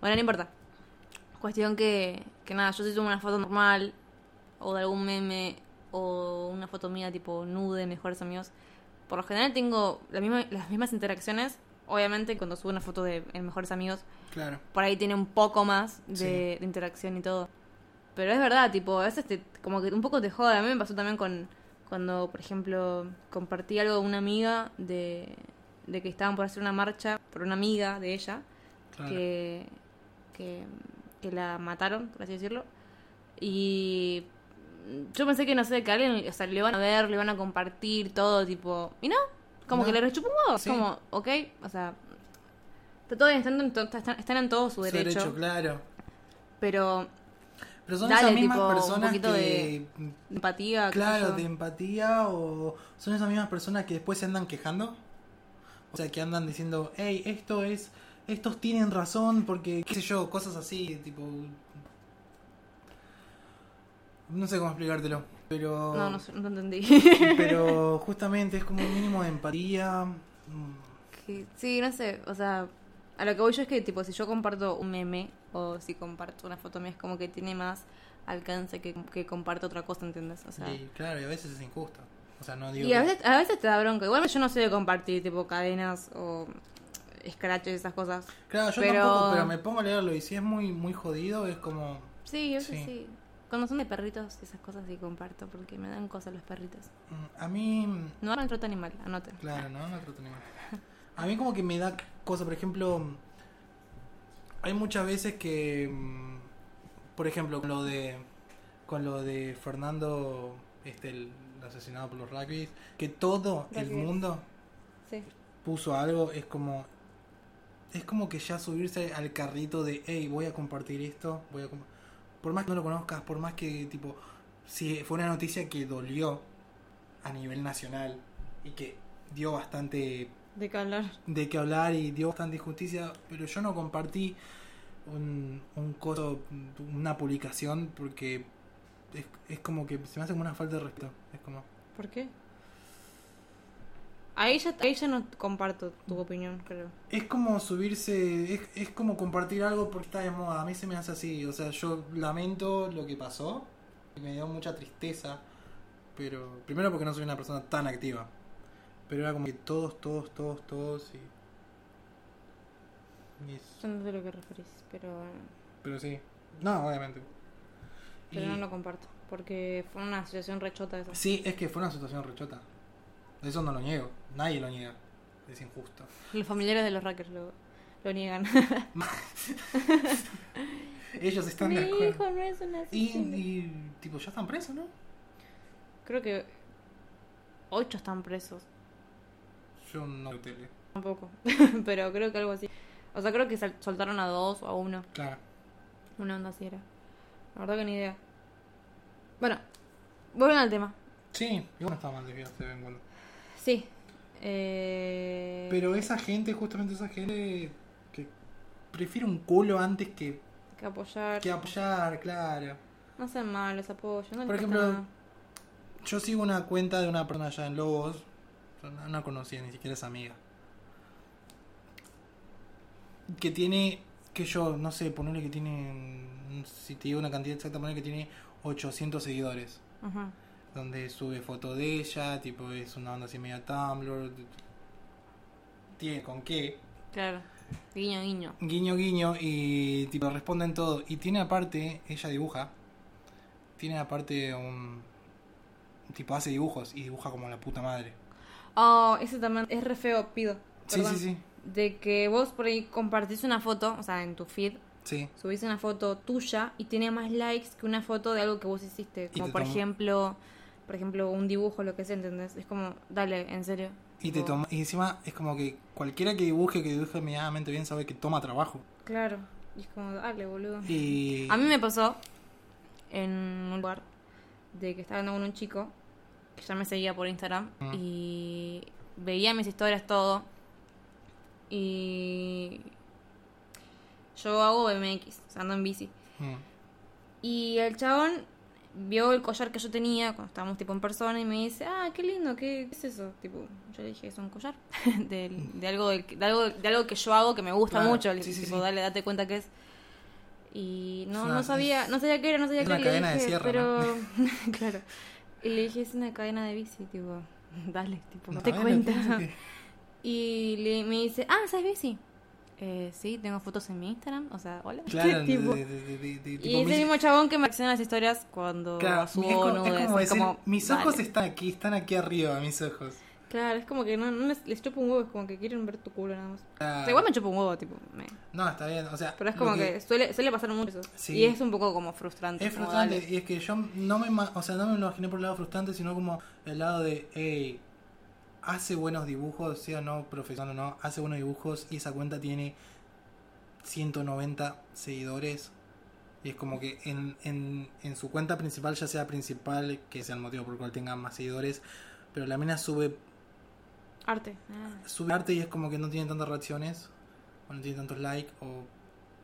Speaker 2: Bueno, no importa. Cuestión que, que nada, yo si subo una foto normal o de algún meme o una foto mía tipo nude, mejores amigos. Por lo general tengo la misma- las mismas interacciones. Obviamente cuando subo una foto de en mejores amigos,
Speaker 1: Claro.
Speaker 2: por ahí tiene un poco más de,
Speaker 1: Sí.
Speaker 2: de interacción y todo. Pero es verdad, tipo, a veces te- como que un poco te jode. A mí me pasó también con cuando, por ejemplo, compartí algo con una amiga de, de que estaban por hacer una marcha por una amiga de ella
Speaker 1: claro.
Speaker 2: que, que, que la mataron, por así decirlo. Y yo pensé que, no sé, que alguien, o sea, le van a ver, le van a compartir todo, tipo, y no, como
Speaker 1: No.
Speaker 2: que le rechupa un huevo, es
Speaker 1: Sí.
Speaker 2: como, ok, o sea, está todo bien, están, en to- están, están en todo su
Speaker 1: Su
Speaker 2: derecho,
Speaker 1: derecho, claro.
Speaker 2: pero
Speaker 1: Pero son
Speaker 2: Dale,
Speaker 1: esas mismas
Speaker 2: tipo, un
Speaker 1: personas
Speaker 2: poquito
Speaker 1: que
Speaker 2: empatía, qué sé
Speaker 1: Claro,
Speaker 2: yo.
Speaker 1: de em-, empatía o son esas mismas personas que después se andan quejando. O sea, que andan diciendo, hey, esto es, estos tienen razón porque, qué sé yo, cosas así, tipo... No sé cómo explicártelo, pero...
Speaker 2: No, no, sé, no entendí.
Speaker 1: Pero justamente es como un mínimo de empatía. mm,
Speaker 2: Que- sí, no sé, o sea, a lo que voy yo es que, tipo, si yo comparto un meme o si comparto una foto mía, es como que tiene más alcance que, que comparto otra cosa, ¿entendés? O sea,
Speaker 1: Y claro, y a veces es injusto. O sea, no digo...
Speaker 2: y a
Speaker 1: que-
Speaker 2: veces, a veces te da bronca. Igual yo no sé de compartir, tipo, cadenas o scratches y esas cosas.
Speaker 1: Claro, yo
Speaker 2: pero-
Speaker 1: tampoco, pero me pongo a leerlo y si es muy, muy jodido es como...
Speaker 2: Sí, yo sí.
Speaker 1: Sí.
Speaker 2: sí. Cuando son de perritos, esas cosas sí comparto, porque me dan cosas los perritos.
Speaker 1: mm, A mí
Speaker 2: No hagan trato animal, anoten.
Speaker 1: Claro, no, no trato animal. A mí como que me da cosa, por ejemplo, hay muchas veces que, mm, por ejemplo, con lo de, con lo de Fernando, este, el asesinado por los rugbyers, que todo el
Speaker 2: Rugbyers.
Speaker 1: mundo
Speaker 2: Sí.
Speaker 1: puso algo, es como, es como que ya subirse al carrito de, hey, voy a compartir esto, voy a, com-". por más que no lo conozcas, por más que tipo, si fue una noticia que dolió a nivel nacional y que dio bastante
Speaker 2: De calor.
Speaker 1: de qué hablar y dio bastante injusticia, pero yo no compartí un, un coso, una publicación porque es, es como que se me hace como una falta de respeto. Es como,
Speaker 2: ¿Por qué? Ahí ya, ahí ya no comparto tu opinión, creo.
Speaker 1: es como subirse, es, es como compartir algo porque está de moda. A mí se me hace así, o sea, yo lamento lo que pasó y me dio mucha tristeza, pero primero porque no soy una persona tan activa, pero era como que todos, todos, todos, todos y Yes.
Speaker 2: Yo no sé a lo que referís, pero,
Speaker 1: Pero sí. No, obviamente.
Speaker 2: pero
Speaker 1: Y-
Speaker 2: no lo comparto. Porque fue una situación rechota esa.
Speaker 1: Sí, es que fue una situación rechota. Eso no lo niego. Nadie lo niega. Es injusto.
Speaker 2: Los familiares de los hackers lo, lo niegan.
Speaker 1: Ellos están
Speaker 2: Mi
Speaker 1: de acuerdo.
Speaker 2: hijo no es un
Speaker 1: Y,
Speaker 2: asesino.
Speaker 1: y, tipo, ya están presos, ¿no?
Speaker 2: Creo que ocho están presos.
Speaker 1: Yo no veo tele.
Speaker 2: Tampoco. pero creo que algo así. O sea, creo que sal- soltaron a dos o a uno.
Speaker 1: Claro.
Speaker 2: Una onda así era. La verdad que ni idea. Bueno, vuelven al tema.
Speaker 1: Sí, igual no está mal desviarse de vez en cuando.
Speaker 2: Sí. Eh,
Speaker 1: Pero esa gente, justamente esa gente que prefiere un culo antes que,
Speaker 2: que apoyar.
Speaker 1: que apoyar, claro.
Speaker 2: No sean malos, apoyo. No
Speaker 1: Por
Speaker 2: les cuesta
Speaker 1: ejemplo,
Speaker 2: nada.
Speaker 1: Yo sigo una cuenta de una persona allá en Lobos. Yo No no conocía, ni siquiera es amiga. Que tiene, que yo, no sé, ponerle que tiene, mm, si te digo una cantidad exacta, ponerle que tiene 800 seguidores.
Speaker 2: Ajá.
Speaker 1: Donde sube foto de ella, tipo es una onda así media Tumblr. Tiene con qué.
Speaker 2: Claro. Guiño, guiño.
Speaker 1: Guiño, guiño, y tipo responden todo. Y tiene aparte, ella dibuja. Tiene aparte un. Tipo hace dibujos y dibuja como la puta madre.
Speaker 2: Oh, ese también es re feo, pido.
Speaker 1: Sí,
Speaker 2: Perdón.
Speaker 1: sí, sí.
Speaker 2: De que vos por ahí compartís una foto, o sea, en tu feed,
Speaker 1: Sí,
Speaker 2: subís una foto tuya y tiene más likes que una foto de algo que vos hiciste.
Speaker 1: te
Speaker 2: Como por
Speaker 1: tomó.
Speaker 2: ejemplo, por ejemplo, un dibujo, lo que sea, ¿entendés? Es como, dale, en serio.
Speaker 1: Y, te
Speaker 2: Tipo,
Speaker 1: toma, y encima es como que cualquiera que dibuje, que dibuje medianamente bien, sabe que toma trabajo.
Speaker 2: Claro. Y es como, dale, boludo.
Speaker 1: Y.
Speaker 2: A mí me pasó en un lugar de que estaba andando con un chico que ya me seguía por Instagram
Speaker 1: Mm.
Speaker 2: y veía mis historias todo. Y yo hago BMX, o sea, ando en bici.
Speaker 1: Mm.
Speaker 2: Y el chabón vio el collar que yo tenía cuando estábamos tipo en persona y me dice, ah, qué lindo, ¿qué, qué es eso? Tipo, yo le dije, es un collar de, de algo, del- de, algo, de algo que yo hago que me gusta
Speaker 1: Claro,
Speaker 2: mucho. Le
Speaker 1: sí,
Speaker 2: dije,
Speaker 1: sí,
Speaker 2: tipo,
Speaker 1: sí.
Speaker 2: dale, date cuenta que es. Y no,
Speaker 1: Es una-
Speaker 2: no sabía, no sabía qué era, no sabía
Speaker 1: es
Speaker 2: qué
Speaker 1: una
Speaker 2: era. y le
Speaker 1: cadena de
Speaker 2: dije,
Speaker 1: cierre,
Speaker 2: pero... claro. Y le dije, es una cadena de bici, tipo, dale, tipo, no
Speaker 1: A
Speaker 2: te
Speaker 1: ver,
Speaker 2: cuenta.
Speaker 1: lo que-
Speaker 2: Y le, me dice, ah, ¿sabes bici? Eh, sí, tengo fotos en mi Instagram, o sea, hola.
Speaker 1: Claro, de-
Speaker 2: Tipo-
Speaker 1: de- de- de- de- de-
Speaker 2: y
Speaker 1: tipo,
Speaker 2: es
Speaker 1: mis-
Speaker 2: el mismo chabón que me acciona las historias cuando
Speaker 1: Claro, es
Speaker 2: subo
Speaker 1: como, es
Speaker 2: nudes.
Speaker 1: como
Speaker 2: es
Speaker 1: decir,
Speaker 2: como,
Speaker 1: mis ojos
Speaker 2: dale.
Speaker 1: están aquí, están aquí arriba, mis ojos.
Speaker 2: Claro, es como que no, no les, les chupa un huevo, es como que quieren ver tu culo nada más. O
Speaker 1: Claro.
Speaker 2: sea, igual me chupa un huevo, tipo. me-
Speaker 1: No, está bien, o sea.
Speaker 2: Pero es
Speaker 1: lo
Speaker 2: como que, suele, suele pasar mucho eso.
Speaker 1: Sí.
Speaker 2: Y es un poco como frustrante.
Speaker 1: Es
Speaker 2: como,
Speaker 1: frustrante,
Speaker 2: dale.
Speaker 1: y es que yo no me, ima- o sea, no me lo imaginé por el lado frustrante, sino como el lado de, hey, hace buenos dibujos, sea o no profesional o no, hace buenos dibujos y esa cuenta tiene 190 seguidores. Y es como que en, en, en su cuenta principal, ya sea principal, que sea el motivo por el cual tenga más seguidores, pero la mina sube,
Speaker 2: Arte. Ah.
Speaker 1: sube arte y es como que no tiene tantas reacciones, o no tiene tantos likes, o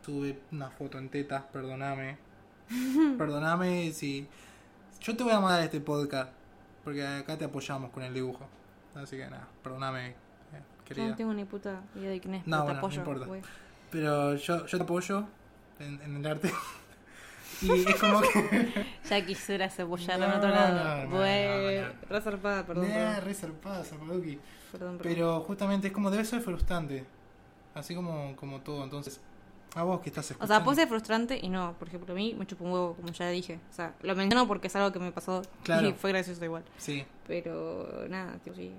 Speaker 1: sube una foto en tetas, perdóname. Perdóname si. Yo te voy a mandar este podcast. Porque acá te apoyamos con el dibujo. Así que nada, perdóname, eh,
Speaker 2: Yo
Speaker 1: querida.
Speaker 2: no tengo ni puta idea de quién es.
Speaker 1: No, bueno, no
Speaker 2: pero te apoyo,
Speaker 1: importa.
Speaker 2: güey.
Speaker 1: Pero yo, yo te apoyo en, en el arte. y es como que.
Speaker 2: Ya quisieras apoyarme en
Speaker 1: No,
Speaker 2: otro
Speaker 1: no,
Speaker 2: lado.
Speaker 1: no,
Speaker 2: Güey.
Speaker 1: no, no.
Speaker 2: Re zarpada, perdón.
Speaker 1: Nah,
Speaker 2: perdón,
Speaker 1: re zarpada, zarpaduki.
Speaker 2: perdón, perdón.
Speaker 1: Pero justamente es como debe ser frustrante. Así como, como todo. Entonces, a vos que estás
Speaker 2: O
Speaker 1: escuchando.
Speaker 2: sea, puede ser frustrante y no. Por ejemplo, a mí me chupa un huevo, como ya dije. O sea, lo menciono porque es algo que me pasó.
Speaker 1: Claro.
Speaker 2: Y fue gracioso igual.
Speaker 1: Sí.
Speaker 2: Pero nada, tipo, sí.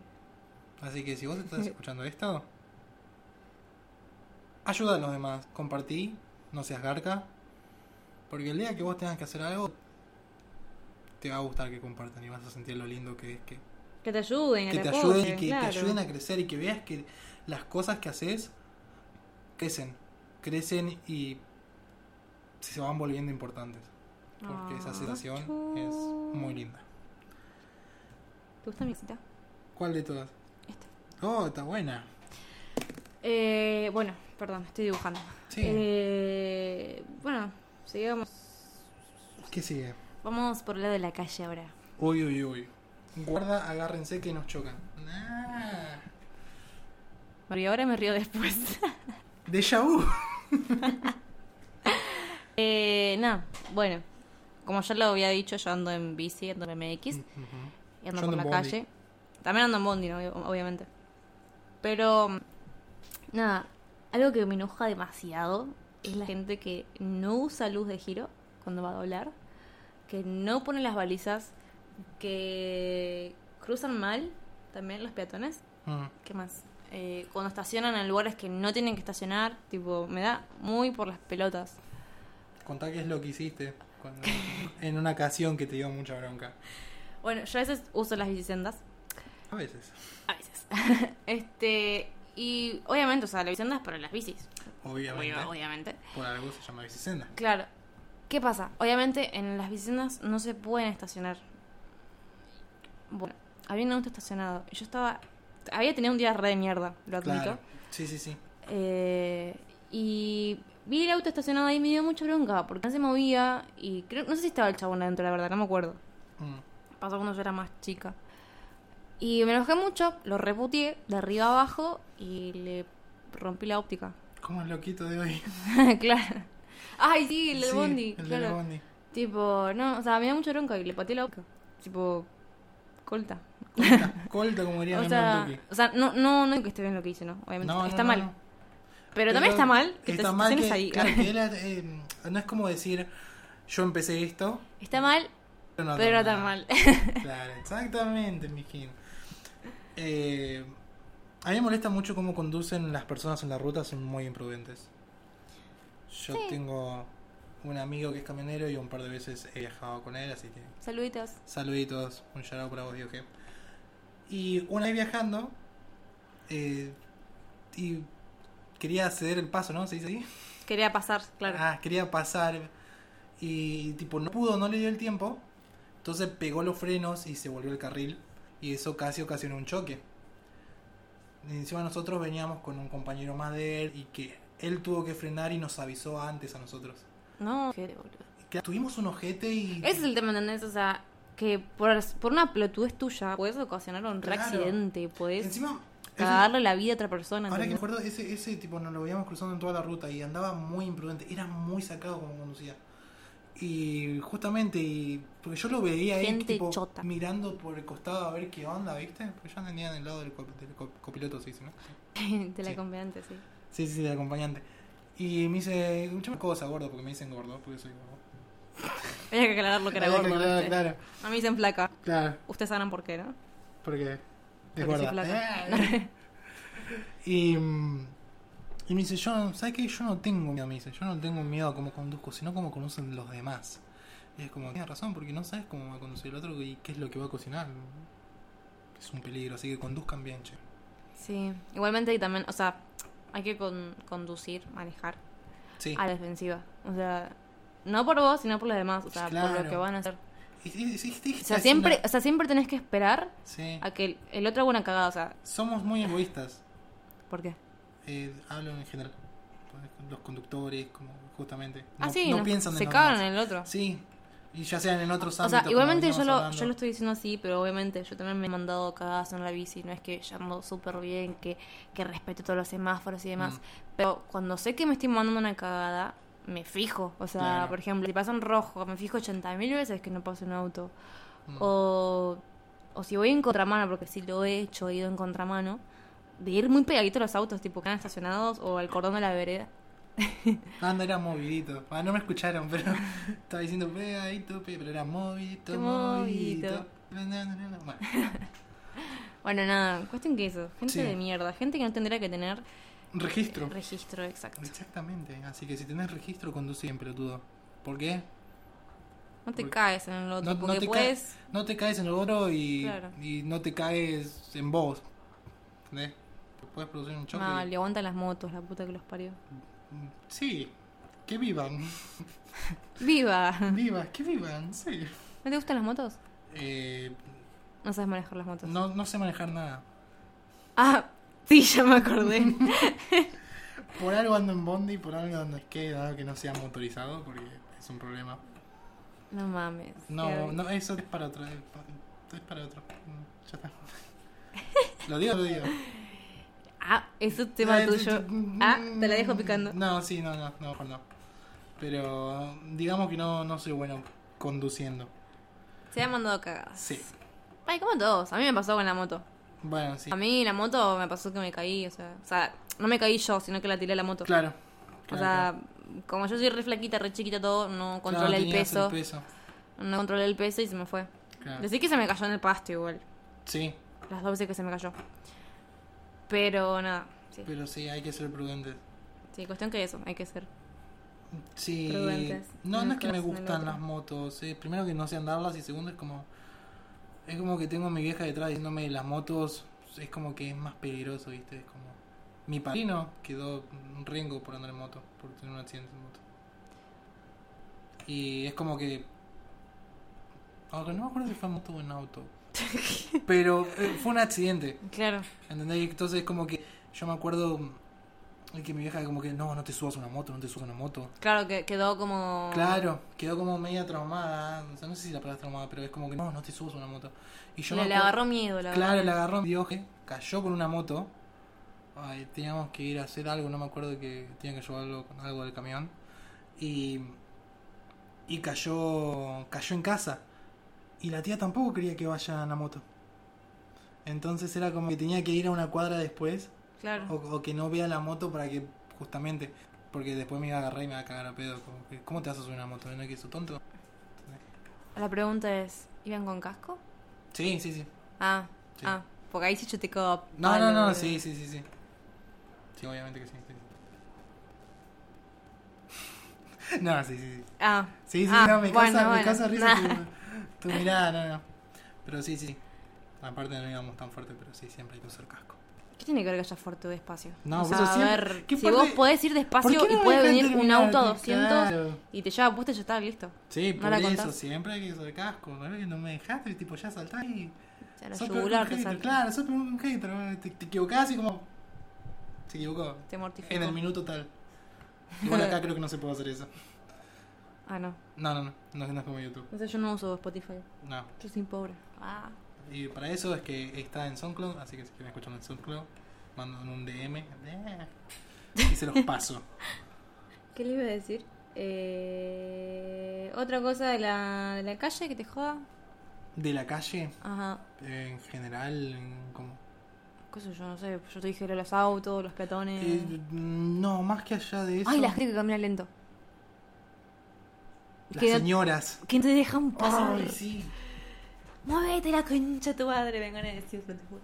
Speaker 1: Así que si vos estás escuchando esto, ayuda a los demás, compartí, no seas garca, porque el día que vos tengas que hacer algo, te va a gustar que compartan y vas a sentir lo lindo que es que,
Speaker 2: Que te ayuden,
Speaker 1: que te
Speaker 2: apoyen,
Speaker 1: ayuden y que
Speaker 2: claro.
Speaker 1: te ayuden a crecer y que veas que las cosas que haces crecen, crecen y se van volviendo importantes, porque esa
Speaker 2: Ah,
Speaker 1: sensación
Speaker 2: chu.
Speaker 1: es muy linda.
Speaker 2: ¿Te gusta mi cita?
Speaker 1: ¿Cuál de todas?
Speaker 2: Esta.
Speaker 1: Oh, está buena.
Speaker 2: Eh, bueno, perdón, estoy dibujando.
Speaker 1: Sí.
Speaker 2: Eh, bueno, sigamos.
Speaker 1: ¿Qué sigue?
Speaker 2: Vamos por el lado de la calle ahora.
Speaker 1: Uy, uy, uy. Guarda, agárrense que nos chocan. Ah,
Speaker 2: Me río ahora, me río después.
Speaker 1: déjà vu.
Speaker 2: eh, nada, bueno. Como ya lo había dicho, yo ando en bici, ando en MX. y ando
Speaker 1: Yo
Speaker 2: por
Speaker 1: ando
Speaker 2: la
Speaker 1: en bondi.
Speaker 2: calle. También ando en bondi, ¿no? Ob- obviamente. Pero, mm, nada, Algo que me enoja demasiado es la gente que no usa luz de giro cuando va a doblar, que no pone las balizas, que cruzan mal también los peatones.
Speaker 1: Mm.
Speaker 2: ¿Qué más? Eh, cuando estacionan en lugares que no tienen que estacionar, tipo, me da muy por las pelotas.
Speaker 1: Contá qué es lo que hiciste cuando- en una ocasión que te dio mucha bronca.
Speaker 2: Bueno, yo a veces uso las bicisendas,
Speaker 1: A veces,
Speaker 2: a veces. este, y obviamente, o sea, las bicisendas para las bicis,
Speaker 1: obviamente.
Speaker 2: obvio- obviamente.
Speaker 1: Por algo se llama bicisenda.
Speaker 2: Claro. ¿Qué pasa? Obviamente en las bicisendas no se pueden estacionar. Bueno, había un auto estacionado. y Yo estaba. Había tenido un día re de mierda, lo admito.
Speaker 1: Claro. Sí, sí, sí.
Speaker 2: Eh, y vi el auto estacionado ahí y me dio mucha bronca porque no se movía. Y creo, no sé si estaba el chabón adentro, la verdad, no me acuerdo.
Speaker 1: Mm.
Speaker 2: Pasó cuando yo era más chica. Y me enojé mucho, lo reputié de arriba abajo y le rompí la óptica.
Speaker 1: ¿Cómo es loquito de hoy?
Speaker 2: claro. Ay, sí, el del
Speaker 1: Sí,
Speaker 2: bondi.
Speaker 1: El
Speaker 2: claro.
Speaker 1: del bondi.
Speaker 2: Tipo, no, o sea, me da mucho bronca y le pateé la boca. Tipo, colta.
Speaker 1: Colta, colta, como dirían
Speaker 2: O
Speaker 1: en
Speaker 2: sea,
Speaker 1: Kentucky.
Speaker 2: o sea, no, no, no digo que esté bien lo que hice, no, obviamente.
Speaker 1: No, no,
Speaker 2: está
Speaker 1: no,
Speaker 2: mal.
Speaker 1: no.
Speaker 2: Pero, también está mal que
Speaker 1: está
Speaker 2: te
Speaker 1: mal
Speaker 2: estaciones
Speaker 1: que-
Speaker 2: ahí.
Speaker 1: claro, que era, eh, no es como decir, yo empecé esto,
Speaker 2: está mal,
Speaker 1: pero no
Speaker 2: pero no
Speaker 1: tan
Speaker 2: tan mal.
Speaker 1: Claro, exactamente, mijín. Eh, a mí me molesta mucho cómo conducen las personas en la ruta, son muy imprudentes. Yo tengo un amigo que es camionero y un par de veces he viajado con él, así que
Speaker 2: Saluditos.
Speaker 1: saluditos, un shout out para vos, Dioge. Y una vez viajando, eh, y quería ceder el paso, ¿no? ¿Se dice así?
Speaker 2: Quería pasar, claro.
Speaker 1: Ah, quería pasar. Y tipo, no pudo, no le dio el tiempo. Entonces pegó los frenos y se volvió el carril. Y eso casi ocasionó un choque. Y encima nosotros veníamos con un compañero más de él y que él tuvo que frenar y nos avisó antes a nosotros.
Speaker 2: No, qué boludo.
Speaker 1: Que tuvimos un ojete y...
Speaker 2: Ese es el tema, ¿entendés? O sea, que por, por una pelotudez tuya puedes ocasionar un re
Speaker 1: Claro.
Speaker 2: accidente, puedes
Speaker 1: Encima... ese-
Speaker 2: cagarle la vida a otra persona.
Speaker 1: Ahora que me
Speaker 2: ¿entendés?
Speaker 1: acuerdo, ese, ese tipo nos lo veíamos cruzando en toda la ruta y andaba muy imprudente. Era muy sacado como conducía. Y justamente, y, porque yo lo veía ahí
Speaker 2: Gente
Speaker 1: tipo,
Speaker 2: chota.
Speaker 1: mirando por el costado a ver qué onda, ¿viste? Porque yo andaba del lado del, co- del co- copiloto, se dice, ¿no?
Speaker 2: Te la
Speaker 1: Sí.
Speaker 2: compré antes, sí.
Speaker 1: Sí, sí, sí, del acompañante. Y me dice, muchas cosas, gordo, porque me dicen gordo, porque soy gordo.
Speaker 2: Había que aclarar lo que era
Speaker 1: Había que
Speaker 2: gordo.
Speaker 1: aclarar,
Speaker 2: ¿viste?
Speaker 1: claro,
Speaker 2: A mí me dicen flaca.
Speaker 1: claro,
Speaker 2: Ustedes sabrán por qué, ¿no?
Speaker 1: porque es
Speaker 2: soy
Speaker 1: gorda.
Speaker 2: flaca.
Speaker 1: Eh. Y, mm, y me dice, yo, ¿sabes qué? Yo no tengo miedo, me dice, yo no tengo miedo a cómo conduzco, sino cómo conducen los demás. Y es como, tienes razón, porque no sabes cómo va a conducir el otro y qué es lo que va a cocinar. Es un peligro, así que conduzcan bien, che.
Speaker 2: Sí. Igualmente, y también, o sea, hay que con- conducir, manejar
Speaker 1: Sí,
Speaker 2: a la defensiva. O sea, no por vos, sino por los demás. O sea, por
Speaker 1: Claro.
Speaker 2: lo que van a hacer.
Speaker 1: Y- y- y- y-
Speaker 2: O sea,
Speaker 1: y-
Speaker 2: siempre,
Speaker 1: no.
Speaker 2: o sea, siempre tenés que esperar
Speaker 1: Sí.
Speaker 2: a que el, el otro haga una cagada. O sea,
Speaker 1: Somos muy egoístas.
Speaker 2: ¿por qué?
Speaker 1: Eh, hablo en general. Los conductores, como justamente.
Speaker 2: ah,
Speaker 1: No-
Speaker 2: sí,
Speaker 1: no
Speaker 2: no,
Speaker 1: piensan en
Speaker 2: se
Speaker 1: los
Speaker 2: cagan
Speaker 1: demás.
Speaker 2: en el otro.
Speaker 1: Sí, y ya sean en otros
Speaker 2: O
Speaker 1: ámbitos.
Speaker 2: sea,
Speaker 1: como
Speaker 2: igualmente yo
Speaker 1: veníamos
Speaker 2: lo,
Speaker 1: hablando.
Speaker 2: yo lo estoy diciendo así, pero obviamente yo también me he mandado cagadas en la bici. No es que yo ando súper bien, que, que respeto todos los semáforos y demás.
Speaker 1: Mm.
Speaker 2: Pero cuando sé que me estoy mandando una cagada, me fijo. O sea,
Speaker 1: Claro.
Speaker 2: por ejemplo, si pasa un rojo, me fijo 80.000 veces que no pasa un auto.
Speaker 1: Mm.
Speaker 2: O, o si voy en contramano, porque si lo he hecho, he ido en contramano, de ir muy pegadito a los autos, tipo que están estacionados o al cordón de la vereda.
Speaker 1: Anda, era movidito. Ah, no me escucharon, pero estaba diciendo pegadito, pe- pero era movidito,
Speaker 2: Qué
Speaker 1: movidito.
Speaker 2: movidito.
Speaker 1: Bueno,
Speaker 2: Bueno, nada, cuestión que eso. Gente
Speaker 1: Sí.
Speaker 2: de mierda, gente que no tendría que tener
Speaker 1: registro.
Speaker 2: registro exacto.
Speaker 1: Exactamente, así que si tenés registro, conducí en pelotudo. ¿Por qué?
Speaker 2: No te
Speaker 1: Porque-
Speaker 2: caes en el otro,
Speaker 1: No- no
Speaker 2: porque
Speaker 1: te
Speaker 2: puedes.
Speaker 1: No te caes en el oro y,
Speaker 2: Claro.
Speaker 1: y no te caes en vos. ¿Entendés? Puedes producir un choque.
Speaker 2: Mal, y aguantan las motos, la puta que los parió.
Speaker 1: Sí, que vivan.
Speaker 2: ¡Viva! ¿No
Speaker 1: Vivas, que vivan, sí.
Speaker 2: te gustan las motos?
Speaker 1: Eh,
Speaker 2: No sabes manejar las motos.
Speaker 1: no, no sé manejar nada.
Speaker 2: Ah, sí, ya me acordé.
Speaker 1: Por algo ando en bondi, por algo ando en skate, dado que no sea motorizado, porque es un problema.
Speaker 2: no mames.
Speaker 1: No,
Speaker 2: Gaby.
Speaker 1: no, eso es para otro. Es pa- es para otro. Mm, Ya está. Lo digo, lo digo.
Speaker 2: Ah, eso es tema
Speaker 1: Eh,
Speaker 2: tuyo.
Speaker 1: mm,
Speaker 2: Ah, te la dejo picando.
Speaker 1: No, sí, no, no, no, mejor no. Pero digamos que no, no soy bueno conduciendo.
Speaker 2: Se han mandado cagadas.
Speaker 1: Sí.
Speaker 2: Ay, como todos. A mí me pasó con la moto.
Speaker 1: Bueno, sí.
Speaker 2: A mí la moto me pasó que me caí, o sea, o sea, No me caí yo, sino que la tiré a la moto.
Speaker 1: Claro. claro,
Speaker 2: o sea,
Speaker 1: claro.
Speaker 2: como yo soy re flaquita, re chiquita todo, no
Speaker 1: Claro,
Speaker 2: controlé el,
Speaker 1: tenías
Speaker 2: peso, No controlé el peso y se me fue.
Speaker 1: claro.
Speaker 2: Decí que se me cayó en el pasto igual.
Speaker 1: Sí,
Speaker 2: Las dos veces que se me cayó. Pero nada, sí.
Speaker 1: pero sí, hay que ser prudentes.
Speaker 2: Sí, cuestión que eso, hay que ser.
Speaker 1: Sí.
Speaker 2: Prudentes.
Speaker 1: No, no
Speaker 2: Unas
Speaker 1: es que me
Speaker 2: cosas en el
Speaker 1: gustan
Speaker 2: otro.
Speaker 1: las motos. eh, Primero que no sé andarlas y segundo es como... Es como que tengo a mi vieja detrás diciéndome las motos es como que es más peligroso, ¿viste? Es como... Mi padrino quedó un rengo por andar en moto, por tener un accidente en moto. Y es como que... Aunque no me acuerdo si fue en moto o en auto. Pero eh, fue un accidente.
Speaker 2: Claro.
Speaker 1: ¿Entendés? Y Entonces como que yo me acuerdo mm, que mi vieja como que, no, no te subas a una moto, no te subas a una moto.
Speaker 2: Claro, que quedó como.
Speaker 1: Claro, quedó como media traumada, o sea, no sé si la palabra es traumada, pero es como que, no, no te subas a una moto. Y yo
Speaker 2: Le,
Speaker 1: me
Speaker 2: le
Speaker 1: acuerdo-
Speaker 2: agarró miedo, la
Speaker 1: Claro,
Speaker 2: verdad.
Speaker 1: la agarró, dio que cayó con una moto. Ay, teníamos que ir a hacer algo, no me acuerdo que tenían que llevar algo, algo del camión. Y, y cayó, cayó en casa. Y la tía tampoco quería que vaya en la moto. Entonces era como que tenía que ir a una cuadra después
Speaker 2: Claro.
Speaker 1: o, o que no vea la moto para que, justamente, porque después me iba a agarrar y me iba a cagar a pedo. como que, ¿Cómo te vas a subir a una moto? ¿No es que sos tonto?
Speaker 2: La pregunta es: ¿iban con casco?
Speaker 1: Sí, sí, sí.
Speaker 2: Ah,
Speaker 1: Sí.
Speaker 2: ah. Porque ahí sí yo te cago.
Speaker 1: No, no, no, sí, sí, sí, sí. Sí, obviamente que sí. sí, sí. No, sí, sí, sí.
Speaker 2: Ah.
Speaker 1: Sí, sí,
Speaker 2: ah,
Speaker 1: no, me
Speaker 2: bueno,
Speaker 1: causa, me
Speaker 2: bueno.
Speaker 1: causa risa
Speaker 2: Nah.
Speaker 1: tu, tu mirada, no, no. Pero sí, sí. Aparte no íbamos tan fuerte, pero sí, siempre hay que usar casco.
Speaker 2: ¿Qué tiene que ver que haya fuerte o despacio?
Speaker 1: No,
Speaker 2: o
Speaker 1: por
Speaker 2: sea,
Speaker 1: eso
Speaker 2: a
Speaker 1: siempre-
Speaker 2: ver,
Speaker 1: ¿qué
Speaker 2: si
Speaker 1: parte-
Speaker 2: vos podés ir
Speaker 1: ¿Por
Speaker 2: despacio
Speaker 1: qué no
Speaker 2: y
Speaker 1: me
Speaker 2: puede
Speaker 1: dejan
Speaker 2: venir un
Speaker 1: terminar?
Speaker 2: auto a 200
Speaker 1: Claro.
Speaker 2: y te lleva puesto y ya está, listo.
Speaker 1: Sí,
Speaker 2: ¿No
Speaker 1: por
Speaker 2: la
Speaker 1: eso
Speaker 2: contás?
Speaker 1: siempre hay que usar casco. ¿no? no me dejaste, tipo, ya saltás y...
Speaker 2: O sea, la
Speaker 1: sos peor que
Speaker 2: yugular
Speaker 1: un
Speaker 2: te
Speaker 1: hater,
Speaker 2: salta.
Speaker 1: Claro, sos peor que un hater. ¿no? Te, te equivocás y como... Se equivocó.
Speaker 2: Te mortifica.
Speaker 1: En el minuto tal. Igual acá creo que no se puede hacer eso.
Speaker 2: Ah, no.
Speaker 1: No, no, no, no, no es como YouTube.
Speaker 2: No sé, yo no uso Spotify.
Speaker 1: No.
Speaker 2: Yo soy pobre. Ah.
Speaker 1: Y para eso es que está en SoundCloud, así que si quieren escucharlo en SoundCloud, mandan un DM eh, y se los paso.
Speaker 2: ¿Qué le iba a decir? Eh, Otra cosa de la, de la calle que te joda.
Speaker 1: De la calle,
Speaker 2: Ajá.
Speaker 1: eh, en general, en como...
Speaker 2: ¿Qué sé yo? No sé. Yo te dije los autos, los peatones.
Speaker 1: Eh, no, más que allá de eso,
Speaker 2: Ay, la gente que camina lento.
Speaker 1: las
Speaker 2: que-
Speaker 1: señoras.
Speaker 2: Que no te dejan pasar.
Speaker 1: Ay, sí.
Speaker 2: Muévete la concha de tu madre, vengan a decir. te juro.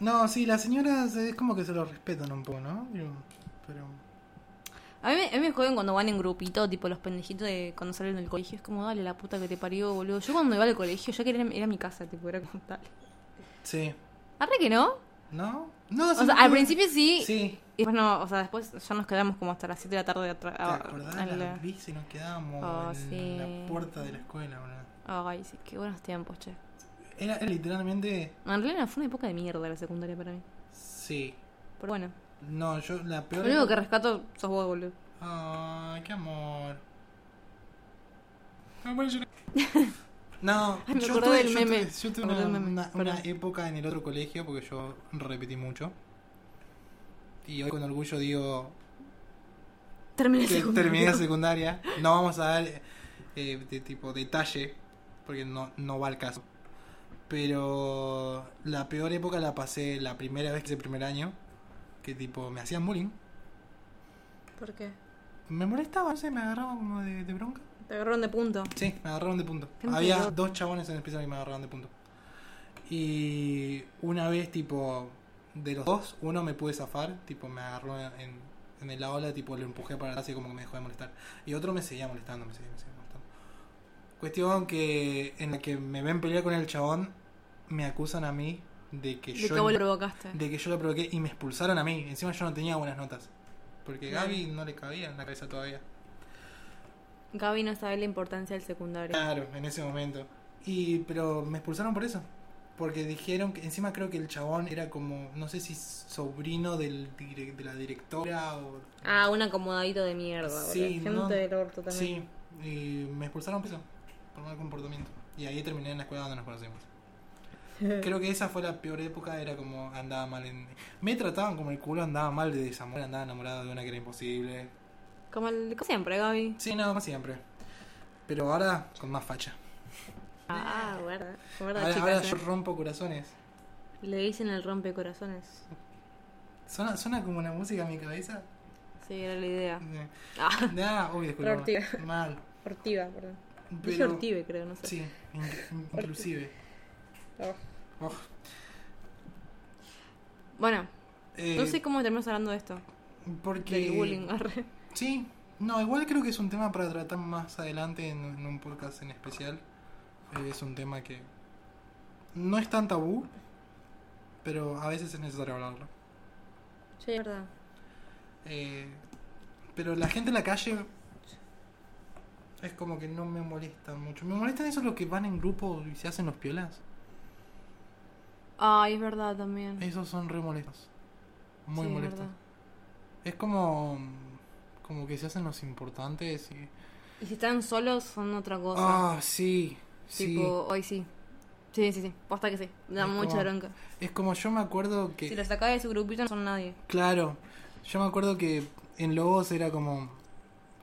Speaker 1: No, sí, las señoras eh, es como que se los respetan un poco, ¿no? Pero...
Speaker 2: A mí, me- a mí me joden cuando van en grupito, tipo los pendejitos de cuando salen del colegio. Es como, dale la puta que te parió, boludo. Yo cuando iba al colegio, yo quería ir a mi casa, tipo, era como tal.
Speaker 1: Sí.
Speaker 2: Arre que no.
Speaker 1: ¿No? No,
Speaker 2: O
Speaker 1: sí,
Speaker 2: sea, al
Speaker 1: no.
Speaker 2: principio sí.
Speaker 1: Sí.
Speaker 2: Y después no, o sea, después ya nos quedamos como hasta las 7 de la tarde atrás.
Speaker 1: ¿Te acordás?
Speaker 2: al-
Speaker 1: Las bici nos quedábamos
Speaker 2: Ah, Oh,
Speaker 1: en
Speaker 2: sí.
Speaker 1: la puerta de la escuela, boludo.
Speaker 2: Ay, sí, qué buenos tiempos, che.
Speaker 1: Era, era literalmente.
Speaker 2: En realidad fue una época de mierda la secundaria para mí.
Speaker 1: Sí.
Speaker 2: Pero bueno,
Speaker 1: No, yo la
Speaker 2: lo
Speaker 1: peor.
Speaker 2: único que rescato sos vos, boludo.
Speaker 1: Ay, qué amor. Me voy a llorar. No,
Speaker 2: Ay, me
Speaker 1: yo
Speaker 2: acordé
Speaker 1: tuve,
Speaker 2: del
Speaker 1: yo tuve-
Speaker 2: meme.
Speaker 1: yo tuve
Speaker 2: Me
Speaker 1: una,
Speaker 2: acordé del meme.
Speaker 1: una-
Speaker 2: Pará.
Speaker 1: una época en el otro colegio porque yo repetí mucho. Y hoy con orgullo digo
Speaker 2: Terminé
Speaker 1: que
Speaker 2: secundaria.
Speaker 1: terminé la secundaria. No vamos a dar eh, de tipo detalle, porque no, no va al caso. Pero la peor época la pasé la primera vez que hice primer año, que tipo me hacían bullying.
Speaker 2: ¿Por qué?
Speaker 1: Me molestaba, no sé, me agarraba como de, de bronca.
Speaker 2: Te agarraron de punto.
Speaker 1: Sí, me agarraron de punto.
Speaker 2: Gente
Speaker 1: Había
Speaker 2: loca.
Speaker 1: dos chabones en especial que me agarraron de punto. Y una vez, tipo, de los dos, uno me pude zafar, tipo, me agarró en, en el ola, tipo, lo empujé para atrás y como que me dejó de molestar. Y otro me seguía molestando, me seguía, me seguía molestando. Cuestión que en la que me ven pelear con el chabón, me acusan a mí de que
Speaker 2: De
Speaker 1: yo
Speaker 2: que vos lo provocaste.
Speaker 1: de que yo lo provoqué y me expulsaron a mí. Encima yo no tenía buenas notas. Porque
Speaker 2: Claro.
Speaker 1: Gaby no le cabía en la cabeza todavía.
Speaker 2: Gaby no sabe la importancia del secundario.
Speaker 1: Claro, en ese momento. Y pero me expulsaron por eso. Porque dijeron que encima creo que el chabón era como, no sé si sobrino del dire- de la directora o...
Speaker 2: Ah, un acomodadito de mierda, boludo.
Speaker 1: Sí,
Speaker 2: Gente
Speaker 1: no.
Speaker 2: del orto también.
Speaker 1: Sí, y me expulsaron por eso, por mal comportamiento. Y ahí terminé en la escuela donde nos conocimos. Creo que esa fue la peor época, era como andaba mal en... Me trataban como el culo, andaba mal de desamor, andaba enamorado de una que era imposible.
Speaker 2: Como, el, como siempre, Gaby.
Speaker 1: Sí, nada más siempre. Pero ahora con más facha.
Speaker 2: Ah, verdad. Verdad,
Speaker 1: Ahora, ahora
Speaker 2: chicas.
Speaker 1: yo
Speaker 2: eh.
Speaker 1: rompo corazones.
Speaker 2: Le dicen el rompecorazones.
Speaker 1: ¿Suena, suena como una música en mi cabeza?
Speaker 2: Sí, era la idea.
Speaker 1: Eh,
Speaker 2: Ah,
Speaker 1: Nah, uy, disculpa.
Speaker 2: Ortiga.
Speaker 1: Mal.
Speaker 2: Ortiva, perdón. Dije
Speaker 1: Pero-
Speaker 2: Ortive, creo, no sé.
Speaker 1: Sí, in- in- inclusive.
Speaker 2: Oh.
Speaker 1: Oh,
Speaker 2: Bueno,
Speaker 1: eh,
Speaker 2: no sé cómo terminamos hablando de esto.
Speaker 1: porque...
Speaker 2: Del bullying. arre.
Speaker 1: Sí, no, igual creo que es un tema para tratar más adelante en, en un podcast en especial. Eh, es un tema que no es tan tabú, pero a veces es necesario hablarlo.
Speaker 2: Sí, es verdad.
Speaker 1: Eh, pero la gente en la calle es como que no me molesta mucho. Me molestan esos los que van en grupo y se hacen los piolas.
Speaker 2: Ay, es verdad también.
Speaker 1: Esos son re molestos. Muy
Speaker 2: Sí, es
Speaker 1: molestos.
Speaker 2: verdad.
Speaker 1: Es como como que se hacen los importantes y
Speaker 2: Y si están solos, son otra cosa.
Speaker 1: ah, sí. Sí.
Speaker 2: Tipo, hoy sí. Sí, sí, sí. Posta que sí. Me da
Speaker 1: Es
Speaker 2: mucha
Speaker 1: como-
Speaker 2: bronca.
Speaker 1: Es como yo me acuerdo que
Speaker 2: Si los sacás de su grupito, no son nadie.
Speaker 1: Claro, yo me acuerdo que en Lobos era como,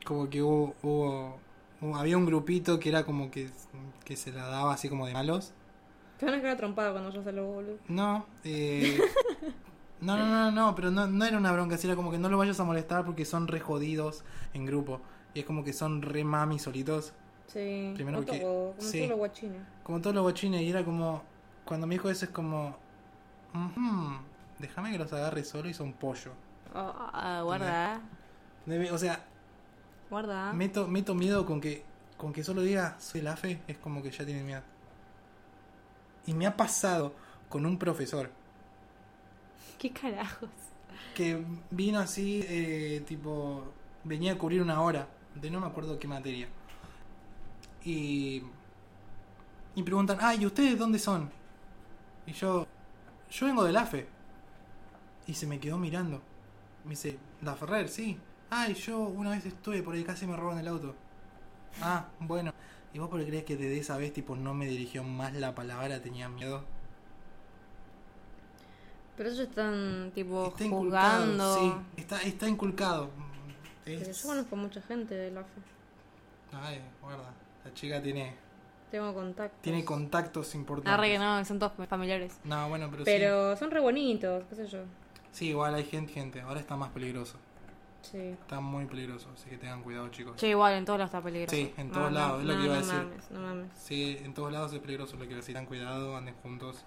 Speaker 1: como que hubo, hubo- hubo- había un grupito que era como que, que se la daba así como de malos.
Speaker 2: Te van a quedar trompada cuando yo salgo, boludo.
Speaker 1: No, eh, no, no, no, no, pero no, no era una bronca, así era como que no lo vayas a molestar porque son re jodidos en grupo. Y es como que son re mami solitos,
Speaker 2: Sí.
Speaker 1: Primero como que- todo- como sí. todos los
Speaker 2: guachines.
Speaker 1: como todos los bochines. Y era como, cuando me dijo eso es como, "Ujú, déjame que los agarre solo y son pollo.
Speaker 2: guarda, eh.
Speaker 1: Debe- O sea,
Speaker 2: guarda.
Speaker 1: Meto, meto miedo con que con que solo diga soy la fe, es como que ya tiene miedo. Y me ha pasado con un profesor
Speaker 2: ¿Qué carajos?
Speaker 1: que vino así, eh, tipo, venía a cubrir una hora de no me acuerdo qué materia. Y, y preguntan, ah, ¿y ustedes dónde son? Y yo, yo vengo del AFE. Y se me quedó mirando. Me dice, La Ferrer, sí. Ay, yo una vez estuve por ahí, casi me roban el auto. Ah, bueno. ¿Y vos por qué crees que desde esa vez, tipo, no me dirigió más la palabra? Tenía miedo.
Speaker 2: Pero ellos están, tipo,
Speaker 1: Está
Speaker 2: jugando.
Speaker 1: inculcado, sí. Está, está inculcado. Es-
Speaker 3: Yo conozco mucha gente de la fe.
Speaker 1: Ay, guarda. La chica tiene,
Speaker 3: Tengo contactos.
Speaker 1: tiene contactos importantes.
Speaker 2: Arre que no, son todos familiares.
Speaker 1: No, bueno, pero, sí.
Speaker 3: Pero son re bonitos, qué sé yo.
Speaker 1: Sí, igual hay gente, gente. Ahora está más peligroso.
Speaker 3: Sí.
Speaker 1: Está muy peligroso, así que tengan cuidado, chicos.
Speaker 2: Che, igual, en todos lados está peligroso.
Speaker 1: Sí, en todos lados, es lo que iba a decir.
Speaker 3: No mames, no mames.
Speaker 1: Sí, en todos lados es peligroso lo que decir. Tengan cuidado, anden juntos.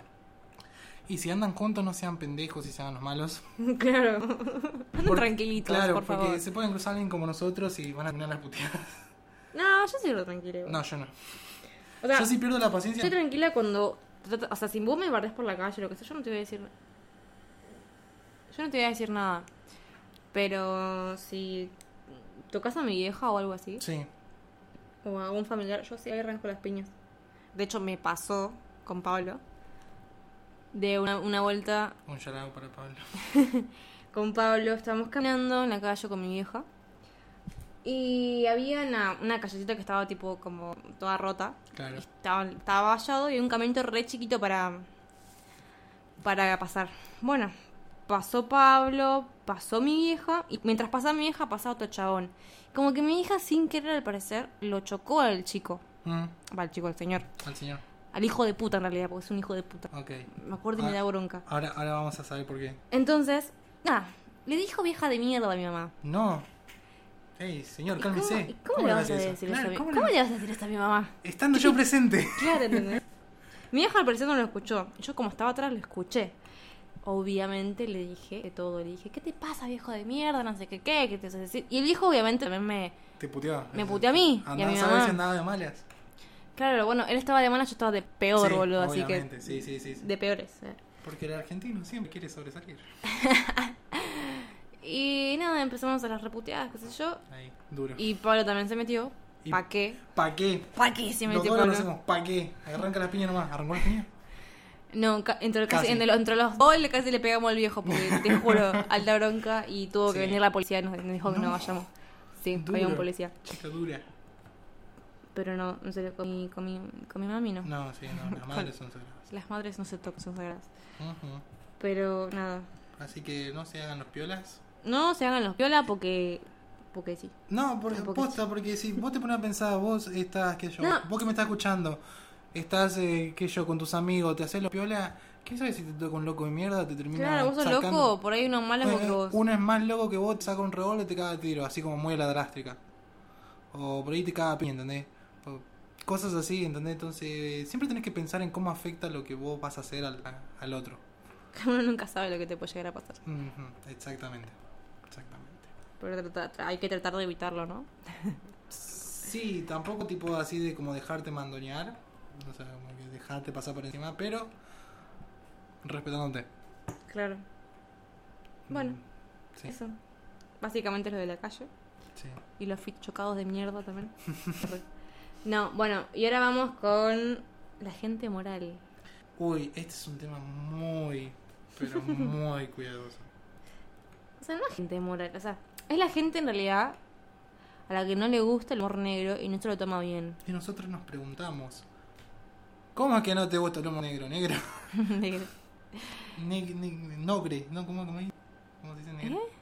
Speaker 1: Y si andan juntos, no sean pendejos y sean los malos.
Speaker 2: claro. Anden
Speaker 1: Por-
Speaker 2: tranquilitos,
Speaker 1: Claro,
Speaker 2: por
Speaker 1: porque
Speaker 2: favor.
Speaker 1: se pueden cruzar a alguien como nosotros y van a terminar las puteadas.
Speaker 3: No, yo soy re tranquila. igual.
Speaker 1: No, yo no.
Speaker 3: o sea,
Speaker 1: yo sí pierdo la
Speaker 3: estoy
Speaker 1: paciencia.
Speaker 3: tranquila cuando. O sea, si vos me bardés por la calle o lo que sea, yo no te voy a decir.
Speaker 2: Yo no te voy a decir nada. Pero si tocas a mi vieja o algo así.
Speaker 1: Sí,
Speaker 3: O a un familiar, yo sí arranco las piñas.
Speaker 2: De hecho, me pasó con Pablo. De una, una vuelta
Speaker 1: un charado para Pablo.
Speaker 2: con Pablo, estábamos caminando en la calle con mi vieja. Y había una, una callecita que estaba tipo como toda rota.
Speaker 1: Claro.
Speaker 2: Estaba, estaba vallado y un caminito re chiquito para, para pasar. Bueno, pasó Pablo, pasó mi vieja, y mientras pasaba mi vieja pasaba otro chabón. Como que mi hija sin querer al parecer lo chocó al chico.
Speaker 1: Mm,
Speaker 2: Va, al chico, al señor.
Speaker 1: al señor.
Speaker 2: Al hijo de puta en realidad, porque es un hijo de puta.
Speaker 1: Ok.
Speaker 2: Me acuerdo y me
Speaker 1: Ah.
Speaker 2: da bronca.
Speaker 1: Ahora, ahora vamos a saber por qué.
Speaker 2: Entonces, nada, le dijo vieja de mierda a mi mamá.
Speaker 1: No. Ey, señor,
Speaker 2: ¿Y ¿Cómo,
Speaker 1: cálmese.
Speaker 2: y cómo le vas a
Speaker 1: hacer eso?
Speaker 2: decir
Speaker 1: Claro,
Speaker 2: eso? a mi-
Speaker 1: ¿cómo
Speaker 2: ¿Cómo,
Speaker 1: le-
Speaker 2: le vas a decir esto a mi mamá?
Speaker 1: Estando yo presente.
Speaker 2: Claro, ¿entendés? mi vieja al parecer no lo escuchó. Yo como estaba atrás lo escuché. Obviamente le dije de todo, le dije, ¿qué te pasa viejo de mierda? No sé qué, qué, qué te haces decir. Y el viejo obviamente también me...
Speaker 1: Te puteó.
Speaker 2: Me puteó a mí y a
Speaker 1: Andá
Speaker 2: mi
Speaker 1: saber
Speaker 2: mamá.
Speaker 1: si andaba de malas.
Speaker 2: Claro, bueno, él estaba de mala, yo estaba de peor,
Speaker 1: Sí,
Speaker 2: boludo, así
Speaker 1: obviamente.
Speaker 2: que...
Speaker 1: Sí, sí, sí, sí.
Speaker 2: De peores. eh.
Speaker 1: Porque el argentino siempre quiere sobresalir.
Speaker 2: Y nada, empezamos a las reputeadas, qué sé yo.
Speaker 1: Ahí, duro.
Speaker 2: Y Pablo también se metió.
Speaker 1: Y-
Speaker 2: ¿Pa' qué?
Speaker 1: ¿Pa' qué?
Speaker 2: ¿Pa' qué se
Speaker 1: Los
Speaker 2: metió
Speaker 1: dos lo
Speaker 2: Pablo?
Speaker 1: conocemos. ¿Pa' qué? Arranca las piñas nomás. ¿Arrancó las piñas?
Speaker 2: No, ca- entre, casi,
Speaker 1: Casi.
Speaker 2: en el- entre los dos le casi le pegamos al viejo, porque te juro, alta bronca y tuvo que
Speaker 1: Sí.
Speaker 2: venir la policía y nos, nos dijo que no
Speaker 1: No.
Speaker 2: vayamos. Sí,
Speaker 1: Duro.
Speaker 2: había un policía.
Speaker 1: Chica dura.
Speaker 2: Pero no, en serio, con mi, con mi, con mi mami no.
Speaker 1: No, sí, no. Las madres son sagradas.
Speaker 2: Las madres no se tocan, son sagradas.
Speaker 1: Ujú.
Speaker 2: Pero nada.
Speaker 1: Así que no se hagan los piolas.
Speaker 2: No se hagan los viola porque. porque sí.
Speaker 1: No, porque
Speaker 2: Tampoco es-
Speaker 1: posta, porque si vos te pones a pensar, vos estás, que yo,
Speaker 2: No.
Speaker 1: vos que me estás escuchando, estás, eh, que yo, con tus amigos, te haces los piola ¿Qué sabes si te toca un loco de mierda? Te termina
Speaker 2: Claro, vos sos
Speaker 1: sacando-
Speaker 2: loco, por ahí uno es más loco que
Speaker 1: Eh,
Speaker 2: vos.
Speaker 1: Uno es más loco que vos, te saca un revólver y te caga a tiro, así como muy a la drástica. O por ahí te caga a piña, ¿entendés? O cosas así, ¿entendés? Entonces, siempre tenés que pensar en cómo afecta lo que vos vas a hacer al, a- al otro.
Speaker 2: Uno nunca sabe lo que te puede llegar a pasar.
Speaker 1: Ujú, exactamente. Exactamente.
Speaker 2: Pero trata- tra- hay que tratar de evitarlo, ¿no?
Speaker 1: Sí, tampoco tipo así de como dejarte mandonear. O sea, como que dejarte pasar por encima, pero respetándote.
Speaker 3: Claro. Bueno,
Speaker 1: Mm, Sí,
Speaker 3: eso. Básicamente lo de la calle.
Speaker 1: sí.
Speaker 2: Y los fit chocados de mierda también.
Speaker 3: No, bueno, y ahora vamos con
Speaker 2: La gente moral.
Speaker 1: Uy, este es un tema muy, pero muy cuidadoso.
Speaker 2: O sea, no es gente moral. O sea, es la gente en realidad a la que no le gusta el humor negro y no se lo toma bien.
Speaker 1: Y nosotros nos preguntamos, ¿cómo es que no te gusta el humo negro? Negro. Neg- neg- nogre, ¿no? ¿Cómo, cómo, es? ¿Cómo se dice negro?
Speaker 3: ¿Eh?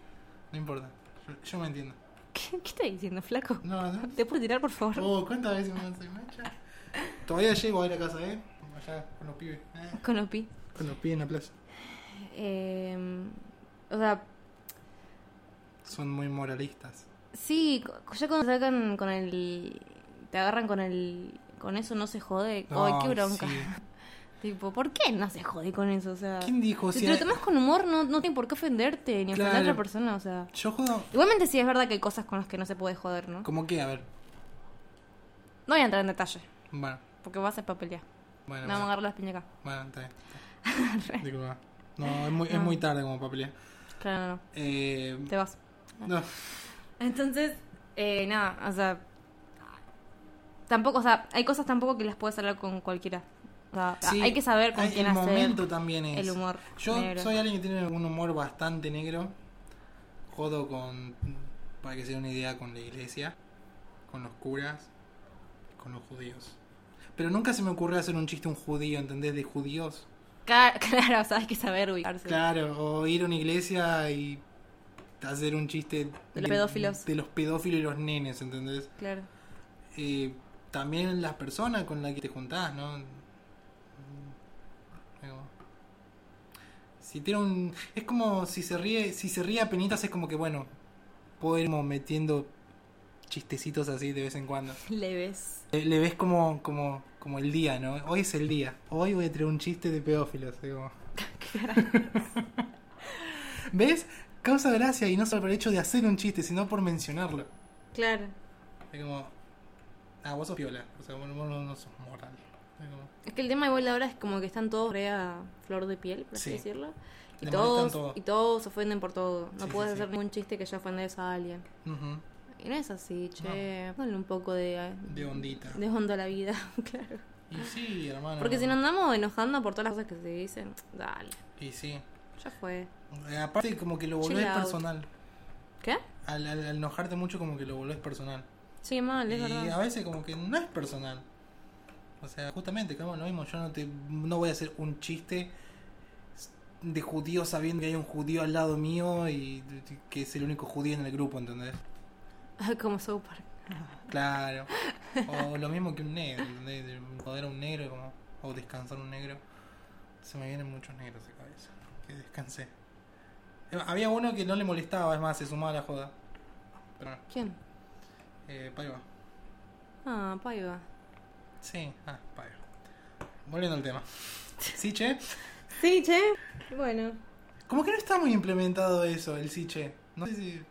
Speaker 1: No importa, yo, yo me entiendo.
Speaker 2: ¿Qué, qué está diciendo, flaco?
Speaker 1: No, no.
Speaker 2: ¿Te puedo tirar, por favor?
Speaker 1: Oh, ¿cuántas veces me hace mancha? Todavía llego a ir a casa, ¿eh? Allá con los pibes. eh,
Speaker 2: Con los pi.
Speaker 1: Con los pibes en la plaza.
Speaker 2: Eh, o sea,
Speaker 1: Son muy moralistas.
Speaker 2: sí, co- ya cuando sacan con el. Te agarran con el. Con eso no se jode. Ay,
Speaker 1: Ay,
Speaker 2: qué bronca.
Speaker 1: sí.
Speaker 2: Tipo, ¿por qué no se jode con eso? O sea.
Speaker 1: ¿Quién dijo?
Speaker 2: Si
Speaker 1: Si
Speaker 2: te lo
Speaker 1: hay-
Speaker 2: tomas con humor, no, no tiene por qué ofenderte ni ofender a
Speaker 1: Claro.
Speaker 2: otra persona, o sea.
Speaker 1: Yo jodo...
Speaker 2: Igualmente sí es verdad que hay cosas con las que no se puede joder, ¿no?
Speaker 1: ¿Cómo qué? A ver.
Speaker 2: No voy a entrar en detalle,
Speaker 1: Bueno,
Speaker 2: porque vas a ser papel ya.
Speaker 1: bueno.
Speaker 2: Me vamos a agarrar las piñas acá.
Speaker 1: Bueno, está bien. está bien. Disculpa. No, es muy, es muy tarde como para pelear.
Speaker 2: Claro, no, no,
Speaker 1: Eh,
Speaker 2: te vas.
Speaker 1: no.
Speaker 2: Entonces, eh, nada, o sea... Tampoco, o sea, hay cosas tampoco que las puedes hablar con cualquiera. O sea,
Speaker 1: Sí,
Speaker 2: hay que saber con
Speaker 1: hay-
Speaker 2: quién
Speaker 1: el
Speaker 2: hacer
Speaker 1: momento también es.
Speaker 2: el humor
Speaker 1: Yo
Speaker 2: negro.
Speaker 1: soy alguien que tiene un humor bastante negro. Jodo con, para que se den una idea, con la iglesia, con los curas, con los judíos. Pero nunca se me ocurrió hacer un chiste a un judío, ¿entendés? De judíos.
Speaker 2: Ca- Claro, o sea, hay que saber ubicarse.
Speaker 1: Claro, o ir a una iglesia y hacer un chiste
Speaker 2: De los pedófilos.
Speaker 1: de los pedófilos y los nenes, ¿entendés?
Speaker 2: Claro.
Speaker 1: eh, también las personas con las que te juntás, ¿no? Mm, digo, Si tiene un. Es como si se ríe. Si se ríe a penitas, es como que bueno. Puedo ir como metiendo chistecitos así de vez en cuando.
Speaker 2: Leves.
Speaker 1: Le, le ves como, como, como el día, ¿no? Hoy es el día. Hoy voy a traer un chiste de pedófilos. digo. ¿Ves? Causa gracia y no solo por el hecho de hacer un chiste, sino por mencionarlo.
Speaker 3: Claro.
Speaker 1: Es como. Ah, vos sos piola. O sea, vos vos no, no sos moral. Es como,
Speaker 3: Es que el tema igual de ahora es como que están todos re a flor de piel, por así
Speaker 1: Sí.
Speaker 3: decirlo. Y
Speaker 1: Te molestan
Speaker 3: todos,
Speaker 1: todo.
Speaker 3: y todos se ofenden por todo. No
Speaker 1: Sí,
Speaker 3: puedes
Speaker 1: sí, sí.
Speaker 3: hacer ningún chiste que ya ofendes a alguien.
Speaker 1: ujú,
Speaker 3: Y no es así, che. Ponle un poco de, eh,
Speaker 1: De ondita.
Speaker 3: de onda a la vida, claro.
Speaker 1: Y sí, hermano.
Speaker 3: Porque si no andamos enojando por todas las cosas que se dicen, dale,
Speaker 1: Y sí.
Speaker 3: ya fue.
Speaker 1: Eh, aparte, como que lo volvés
Speaker 3: Chill out.
Speaker 1: personal.
Speaker 3: ¿Qué?
Speaker 1: Al, al- al enojarte mucho, como que lo volvés personal.
Speaker 3: Sí, mal, es
Speaker 1: y
Speaker 3: verdad.
Speaker 1: a veces, como que no es personal. O sea, justamente, como lo mismo. Yo no, te, no voy a hacer un chiste de judío sabiendo que hay un judío al lado mío y que es el único judío en el grupo, ¿entendés?
Speaker 3: Ah,
Speaker 2: Como South Park.
Speaker 1: Claro. O lo mismo que un negro, ¿entendés? De Joder a un negro como, o descansar a un negro. Se me vienen muchos negros de cabeza. Que descansé. Eh, Había uno que no le molestaba, es más, se sumaba a la joda. Pero no.
Speaker 2: ¿Quién?
Speaker 1: Eh, Paiva.
Speaker 2: Ah, Paiva.
Speaker 1: Sí, ah, Paiva. Volviendo al tema. ¿Sí, che?
Speaker 3: Sí, che. Bueno.
Speaker 1: Como que no está muy implementado eso, el sí, che. No sé si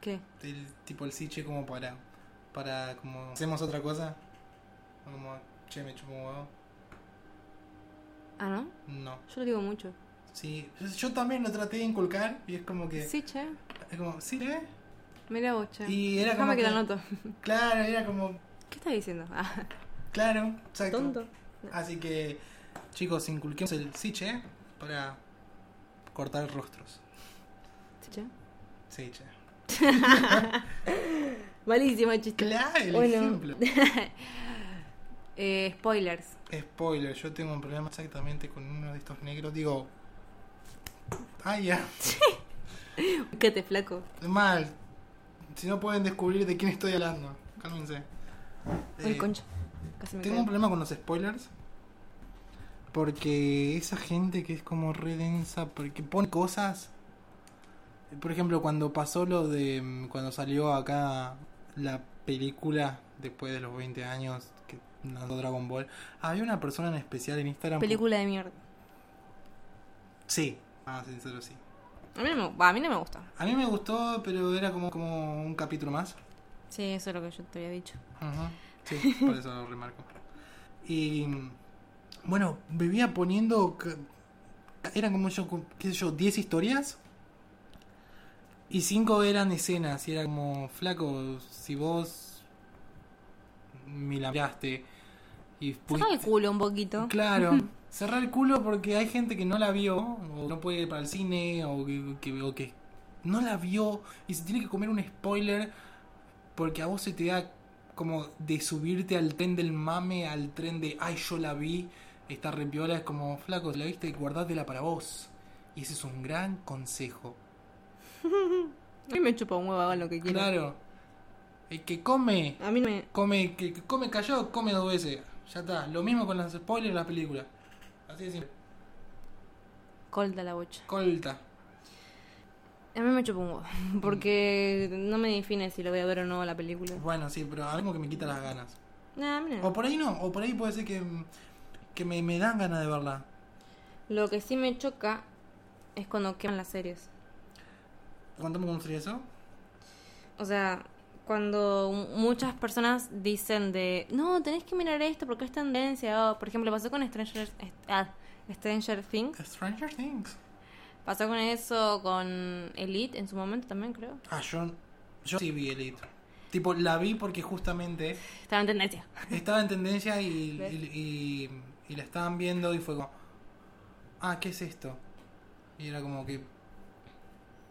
Speaker 2: ¿Qué?
Speaker 1: el tipo el sí, che como para. Para como. Hacemos otra cosa. O como, che, me chupo un huevo.
Speaker 2: Ah, ¿no?
Speaker 1: No.
Speaker 2: Yo lo digo mucho.
Speaker 1: Sí, yo también lo traté de inculcar y es como que.
Speaker 2: Sí, che.
Speaker 1: Es como, sí, ¿eh?
Speaker 2: Mira vos, che.
Speaker 1: Y era como.
Speaker 2: Déjame que lo
Speaker 1: que-
Speaker 2: anoto.
Speaker 1: Claro, era como.
Speaker 2: ¿Qué estás diciendo? Ah,
Speaker 1: Claro, exacto.
Speaker 3: Tonto.
Speaker 1: Así que, chicos, inculquemos el sí, che, para cortar rostros.
Speaker 3: Sí, che.
Speaker 1: Sí, che.
Speaker 3: Malísimo el chiste.
Speaker 1: Claro, el
Speaker 3: Bueno.
Speaker 1: ejemplo.
Speaker 2: Eh, spoilers.
Speaker 1: Spoiler, yo tengo un problema exactamente con uno de estos negros. Digo. Ah, ya.
Speaker 2: ¿Qué te flaco?
Speaker 1: Mal. Si no pueden descubrir de quién estoy hablando. Cálmense.
Speaker 2: Uy,
Speaker 1: Eh,
Speaker 2: concha. Casi me
Speaker 1: Tengo
Speaker 2: caigo.
Speaker 1: un problema con los spoilers. Porque esa gente que es como re densa, porque pone cosas. Por ejemplo, cuando pasó lo de. mm, Cuando salió acá la película después de los 20 años que lanzó Dragon Ball. Había una persona en especial en Instagram.
Speaker 2: Película de mierda.
Speaker 1: Sí, ah, sincero, sí.
Speaker 2: A mí, no me, va, a mí no me gusta.
Speaker 1: A mí me gustó, pero era como, como un capítulo más.
Speaker 2: Sí, eso es lo que yo te había dicho.
Speaker 1: Ajá, Sí, por eso lo remarco. Y bueno, vivía poniendo. ca- Eran como yo, como, qué sé yo, 10 historias. Y 5 eran escenas. Y era como, flaco, si vos. Me la miraste. Y
Speaker 2: Cerra el
Speaker 1: pudiste-
Speaker 2: culo un poquito.
Speaker 1: Claro. Cerrar el culo porque hay gente que no la vio, o no puede ir para el cine, o que, que- o que no la vio y se tiene que comer un spoiler porque a vos se te da como de subirte al tren del mame, al tren de, ay, yo la vi, esta repiola es como, flaco, la viste, guardátela para vos. Y ese es un gran consejo.
Speaker 2: A mí me chupa un huevo, hagan lo que quieran.
Speaker 1: Claro. El que come,
Speaker 3: A mí no me.
Speaker 1: come, que que come callado, come dos veces. Ya está. Lo mismo con los spoilers de las películas. Así de simple.
Speaker 2: Colta la bocha.
Speaker 1: Colta.
Speaker 2: A mí me chupa un huevo. Porque no me define si lo voy a ver o no la película.
Speaker 1: Bueno, sí, pero algo que me quita las ganas.
Speaker 2: Nah, a mí no.
Speaker 1: O por ahí no, o por ahí puede ser que, que me, me dan ganas de verla.
Speaker 2: Lo que sí me choca es cuando queman las series.
Speaker 1: Contame cómo sería eso.
Speaker 2: O sea, cuando mu- muchas personas dicen de, no, tenés que mirar esto porque es tendencia. o, por ejemplo, pasó con Stranger, est- ah, Stranger Things.
Speaker 1: Stranger Things.
Speaker 2: Pasó con eso, con Elite en su momento también, creo.
Speaker 1: Ah, yo, yo sí vi Elite. Tipo, la vi porque justamente
Speaker 2: Estaba en tendencia.
Speaker 1: estaba en tendencia y,
Speaker 2: ¿Ves?
Speaker 1: y, y- y la estaban viendo y fue como, ah, ¿qué es esto? Y era como que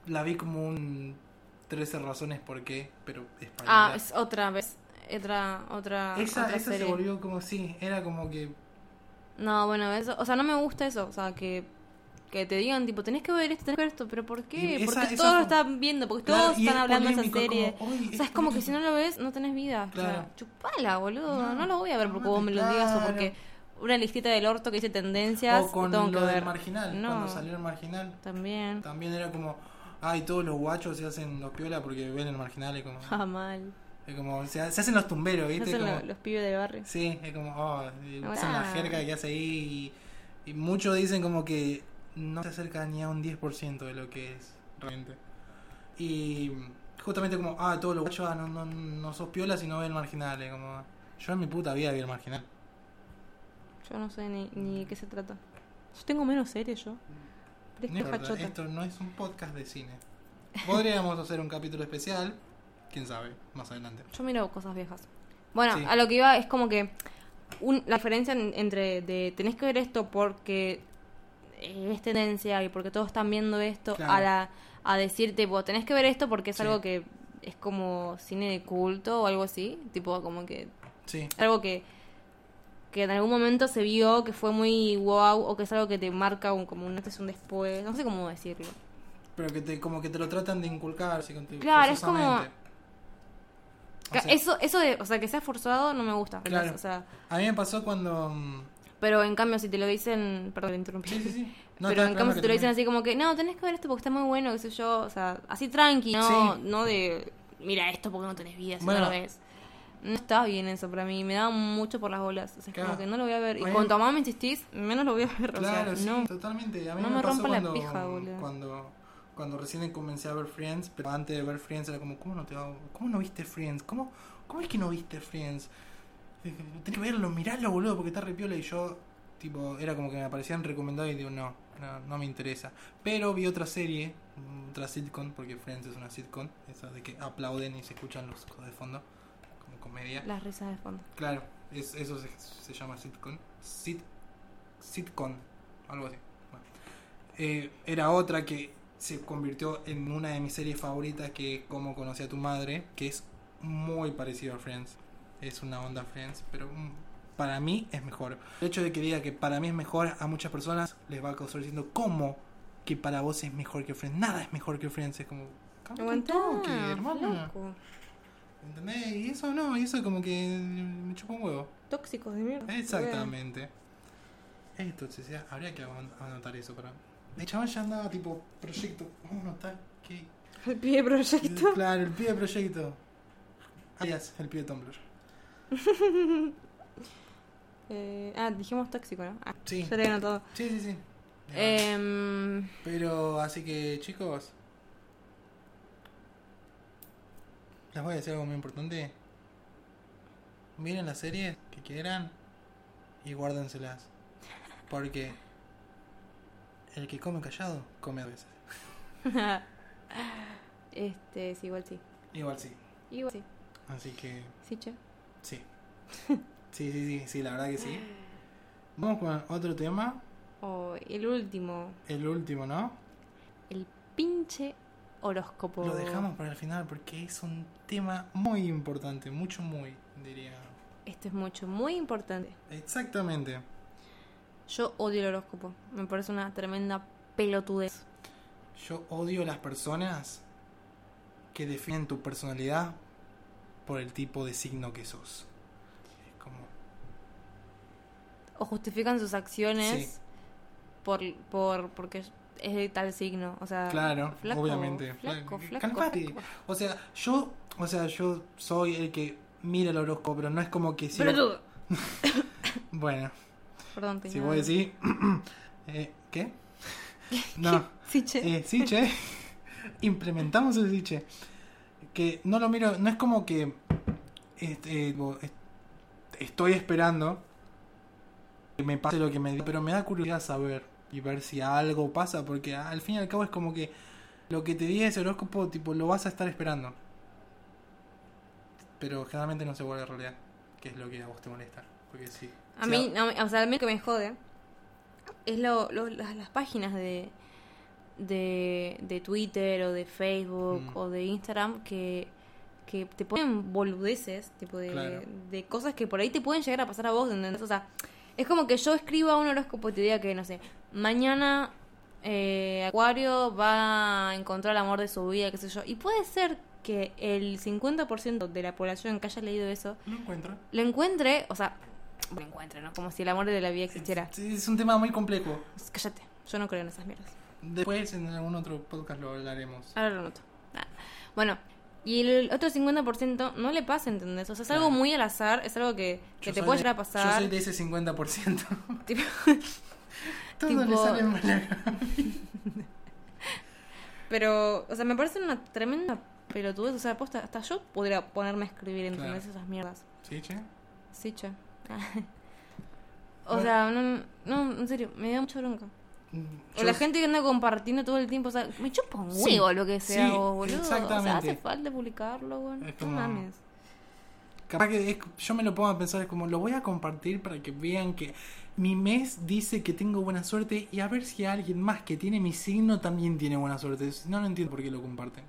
Speaker 1: la vi como un 13 razones por qué, pero española.
Speaker 2: Ah, es otra vez. Otra, otra.
Speaker 1: esa
Speaker 2: otra
Speaker 1: esa se
Speaker 2: serie.
Speaker 1: volvió como, sí, era como que
Speaker 2: No, bueno, eso. O sea, no me gusta eso. O sea, que. Que te digan, tipo, tenés que ver esto, tenés que ver esto, pero ¿por qué?
Speaker 1: Y esa-
Speaker 2: porque
Speaker 1: esa
Speaker 2: todos lo
Speaker 1: fue-
Speaker 2: están viendo, porque
Speaker 1: Claro,
Speaker 2: todos
Speaker 1: y
Speaker 2: están
Speaker 1: es
Speaker 2: hablando de esa
Speaker 1: polémico, es
Speaker 2: serie.
Speaker 1: como, "Uy,
Speaker 2: o sea, es como que si no lo ves, no tenés vida. O sea,
Speaker 1: Claro.
Speaker 2: chupala, boludo. No,
Speaker 1: No,
Speaker 2: lo voy a ver porque
Speaker 1: no,
Speaker 2: vos me lo digas o
Speaker 1: claro.
Speaker 2: porque una listita del orto que dice tendencias.
Speaker 1: O con
Speaker 2: tengo
Speaker 1: lo
Speaker 2: que
Speaker 1: del
Speaker 2: ver.
Speaker 1: marginal,
Speaker 2: No.
Speaker 1: cuando salió el marginal.
Speaker 2: También.
Speaker 1: También era como, ay, todos los guachos se hacen los piola porque ven el marginal. Es como,
Speaker 2: Ah, mal.
Speaker 1: es como se, se hacen los tumberos, ¿viste?
Speaker 2: Esos son
Speaker 1: Este Como-
Speaker 2: los, los Ah, pibes del barrio.
Speaker 1: Sí, es como, oh, eh,
Speaker 2: Hola.
Speaker 1: usan la jerga que hace ahí. Y, y muchos dicen como que no se acerca ni a un 10% de lo que es realmente. Y justamente como, ah, todos los guachos ah, no, no, no sos piola si no ven el marginal. Es como, yo en mi puta vida vi el marginal.
Speaker 2: Yo no sé ni, ni de qué se trata. Yo tengo menos series yo. Pero es
Speaker 1: No
Speaker 2: que
Speaker 1: importa,
Speaker 2: fachota.
Speaker 1: esto no es un podcast de cine. Podríamos hacer un capítulo especial, quién sabe, más adelante.
Speaker 2: Yo miro cosas viejas. Bueno,
Speaker 1: Sí.
Speaker 2: a lo que iba es como que un- la diferencia en- entre de tenés que ver esto porque eh, es tendencia y porque todos están viendo esto a,
Speaker 1: Claro.
Speaker 2: la, a decir tipo tenés que ver esto porque es
Speaker 1: Sí.
Speaker 2: algo que es como cine de culto o algo así, tipo como que
Speaker 1: Sí,
Speaker 2: algo que que en algún momento se vio que fue muy wow o que es algo que te marca un, como un antes y un después, no sé cómo decirlo.
Speaker 1: pero que te, como que te lo tratan de inculcar, sí, con tu-
Speaker 2: Claro, es como-
Speaker 1: forzosamente. O
Speaker 2: Ca-
Speaker 1: sea,
Speaker 2: eso eso de, o sea, que sea forzado no me gusta,
Speaker 1: Claro.
Speaker 2: o sea,
Speaker 1: A mí me pasó cuando... mm,
Speaker 2: Pero en cambio, si te lo dicen. Perdón, te interrumpí.
Speaker 1: Sí, sí, sí. No,
Speaker 2: pero
Speaker 1: estaba
Speaker 2: en
Speaker 1: esperando
Speaker 2: cambio, si
Speaker 1: que
Speaker 2: te lo dicen
Speaker 1: termine.
Speaker 2: así como que, no, tenés que ver esto porque está muy bueno, qué sé yo. O sea, así tranqui, no,
Speaker 1: Sí.
Speaker 2: no de, mira esto porque no tenés vida, si no
Speaker 1: Bueno.
Speaker 2: lo ves. No está bien eso para mí, me da mucho por las bolas. O sea, es como
Speaker 1: Claro.
Speaker 2: que no lo voy a ver. Y
Speaker 1: Oye.
Speaker 2: cuanto más me insistís, menos lo voy a ver.
Speaker 1: Claro,
Speaker 2: o sea,
Speaker 1: sí,
Speaker 2: no.
Speaker 1: totalmente. A mí
Speaker 2: no
Speaker 1: me,
Speaker 2: me
Speaker 1: pasó
Speaker 2: rompa la
Speaker 1: cuando,
Speaker 2: pija, boludo.
Speaker 1: cuando, cuando recién comencé a ver Friends, pero antes de ver Friends era como, ¿cómo no te hago? ¿Cómo no viste Friends? ¿Cómo, cómo es que no viste Friends? Dije, Tenés que verlo, miralo, boludo, porque está re piola y yo, tipo, era como que me aparecían recomendados y digo, no, no, no me interesa. Pero vi otra serie, otra sitcom, porque Friends es una sitcom, esa de que aplauden y se escuchan los cosas de fondo, como comedia.
Speaker 2: Las risas de fondo.
Speaker 1: Claro, es- eso se, se llama sitcom. Sit, sitcom, algo así. Bueno. Eh, era otra que se convirtió en una de mis series favoritas, que es Cómo conocí a tu madre, que es muy parecido a Friends. Es una onda Friends, pero mm, para mí es mejor. El hecho de que diga que para mí es mejor, a muchas personas les va a causar diciendo, ¿cómo que para vos es mejor que Friends? Nada es mejor que Friends. Es como, "Cámbiate un
Speaker 2: Aguantá,
Speaker 1: toque, hermano.
Speaker 2: flaco.
Speaker 1: ¿Entendés? Y eso no, y eso como que mm, me chupa un huevo.
Speaker 2: Tóxicos de mierda.
Speaker 1: Exactamente. Es toxicidad. Habría que an- anotar eso para. El chaval ya andaba tipo proyecto. Vamos a anotar que.
Speaker 3: El pie proyecto.
Speaker 1: Claro, el pie de proyecto. Alias, el pie de Tumblr.
Speaker 2: Eh, ah, dijimos tóxico, ¿no? Ah,
Speaker 1: Sí.
Speaker 2: Ya te todo.
Speaker 1: Sí, sí, sí.
Speaker 2: Em,
Speaker 1: Pero así que chicos, les voy a decir algo muy importante. Miren las series que quieran y guárdenselas. Porque el que come callado, come a veces.
Speaker 2: este, sí, igual sí.
Speaker 1: Igual sí.
Speaker 2: Igual sí.
Speaker 1: Así que
Speaker 2: Sí, che.
Speaker 1: sí. Sí, sí, sí, sí, la verdad que sí. Vamos con otro tema.
Speaker 2: O el último,
Speaker 1: El último, ¿no?
Speaker 2: el pinche horóscopo.
Speaker 1: Lo dejamos para el final porque es un tema muy importante. Mucho, muy, diría.
Speaker 2: Esto es mucho, muy importante.
Speaker 1: Exactamente.
Speaker 2: Yo odio el horóscopo. Me parece una tremenda pelotudez.
Speaker 1: Yo odio las personas que definen tu personalidad por el tipo de signo que sos. Es como.
Speaker 2: O justifican sus acciones
Speaker 1: Sí.
Speaker 2: por, por porque es de tal signo. O sea,
Speaker 1: Claro,
Speaker 2: flaco,
Speaker 1: obviamente.
Speaker 2: Flaco,
Speaker 1: Fla-
Speaker 2: flaco,
Speaker 1: Calmate.
Speaker 2: flaco.
Speaker 1: O sea, yo, o sea, yo soy el que mira el horóscopo, pero no es como que si
Speaker 3: Pelotudo.
Speaker 1: Bueno,
Speaker 2: Perdón, te
Speaker 1: si
Speaker 2: iba-
Speaker 1: vos decís eh, ¿qué? No.
Speaker 2: Sí, che.
Speaker 1: Eh, sí, che. Implementamos el sí, che. Que no lo miro, no es como que este, eh, bo- est- estoy esperando que me pase lo que me diga, pero me da curiosidad saber y ver si algo pasa, porque al fin y al cabo es como que lo que te diga ese horóscopo, tipo, lo vas a estar esperando. Pero generalmente no se vuelve realidad, que es lo que a vos te molesta. Porque sí.
Speaker 2: A
Speaker 1: o sea,
Speaker 2: mí, no, o sea, a mí lo que me jode es lo, lo- las, las páginas de, de, de Twitter o de Facebook
Speaker 1: Mm.
Speaker 2: o de Instagram que, que te ponen boludeces, tipo de,
Speaker 1: Claro.
Speaker 2: de cosas que por ahí te pueden llegar a pasar a vos, ¿entendés? O sea, es como que yo escriba un horóscopo y te diga que, no sé, mañana eh, Acuario va a encontrar el amor de su vida, qué sé yo. Y puede ser que el 50% de la población que haya leído eso
Speaker 1: Lo encuentro.
Speaker 2: lo encuentre, o sea, lo encuentre, ¿no? Como si el amor de la vida existiera. Pues
Speaker 1: Es, es un tema muy complejo.
Speaker 2: Cállate, yo no creo en esas mierdas.
Speaker 1: Después en algún otro podcast lo hablaremos.
Speaker 2: Ahora lo noto. Ah. Bueno, y el otro 50% no le pasa, ¿entendés? O sea, es algo
Speaker 1: Claro.
Speaker 2: muy al azar, es algo que, que
Speaker 1: Yo
Speaker 2: te
Speaker 1: soy
Speaker 2: puede
Speaker 1: de-
Speaker 2: llegar a
Speaker 1: Yo
Speaker 2: pasar.
Speaker 1: soy de ese 50%.
Speaker 2: Tipo,
Speaker 1: Todo le
Speaker 2: Tipo-
Speaker 1: sale mal acá.
Speaker 2: pero, o sea, me parece una tremenda pelotudez. O sea, posta, hasta yo podría ponerme a escribir, ¿entendés?
Speaker 1: Claro.
Speaker 2: Esas mierdas.
Speaker 1: ¿Sí, che?
Speaker 2: Sí, che. o
Speaker 1: Bueno.
Speaker 2: sea, no, no, en serio, me da mucha bronca. O
Speaker 1: Yo-
Speaker 2: la gente que anda compartiendo todo el tiempo, o sea, me chupa un
Speaker 1: Sí,
Speaker 2: huevo lo que sea,
Speaker 1: sí,
Speaker 2: vos, boludo. O sea,
Speaker 1: exactamente.
Speaker 2: hace falta publicarlo, weón.
Speaker 1: Es
Speaker 2: No
Speaker 1: como-
Speaker 2: mames.
Speaker 1: Capaz que es- yo me lo pongo a pensar, es como lo voy a compartir para que vean que mi mes dice que tengo buena suerte y a ver si alguien más que tiene mi signo también tiene buena suerte. Si No, no entiendo por qué lo comparten.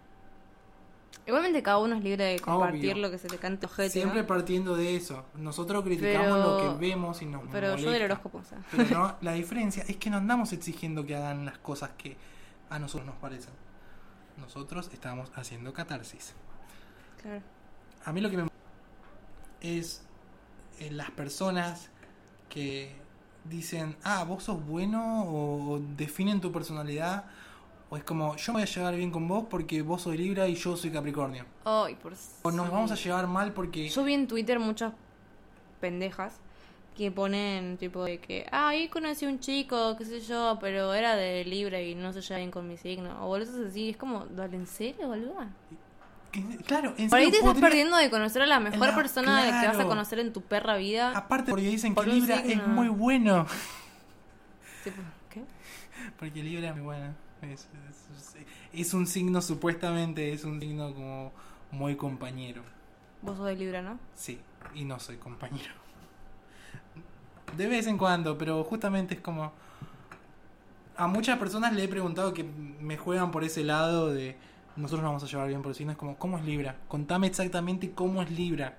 Speaker 2: Igualmente cada uno es libre de compartir
Speaker 1: Obvio.
Speaker 2: lo que se le cante ojete,
Speaker 1: Siempre
Speaker 2: ¿no?
Speaker 1: partiendo de eso. Nosotros criticamos
Speaker 2: Pero-
Speaker 1: lo que vemos y nos
Speaker 2: Pero yo del
Speaker 1: molesta.
Speaker 2: horóscopo, o sea.
Speaker 1: Pero no, la diferencia es que no andamos exigiendo que hagan las cosas que a nosotros nos parecen. Nosotros estamos haciendo catarsis.
Speaker 2: Claro.
Speaker 1: A mí lo que me es eh, las personas que dicen, ah, vos sos bueno o definen tu personalidad o es como, yo me voy a llevar bien con vos porque vos soy Libra y yo soy Capricornio.
Speaker 2: Ay, por
Speaker 1: O nos
Speaker 2: sí.
Speaker 1: vamos a llevar mal porque...
Speaker 2: Yo vi en Twitter muchas pendejas que ponen tipo de que, ah, ahí conocí a un chico, qué sé yo, pero era de libre y no se lleva bien con mi signo. O boludo, así, es como, dale, ¿en serio, boludo?
Speaker 1: Que- Claro, en
Speaker 2: Por ahí
Speaker 1: serio,
Speaker 2: te estás
Speaker 1: podría-
Speaker 2: perdiendo de conocer a la mejor
Speaker 1: No,
Speaker 2: persona de que vas a
Speaker 1: claro. Ah.
Speaker 2: conocer en tu perra vida.
Speaker 1: Aparte porque dicen que
Speaker 2: Por un
Speaker 1: Libra es
Speaker 2: signo.
Speaker 1: muy bueno.
Speaker 2: Tipo, ¿qué?
Speaker 1: Porque Libra es muy bueno. Es, es- es un signo, supuestamente, es un signo como muy compañero.
Speaker 2: Vos sos de Libra, ¿no?
Speaker 1: Sí, y no soy compañero. De vez en cuando, pero justamente es como... A muchas personas le he preguntado que me juegan por ese lado de... Nosotros nos vamos a llevar bien por el signo. Es como, ¿cómo es Libra? Contame exactamente cómo es Libra.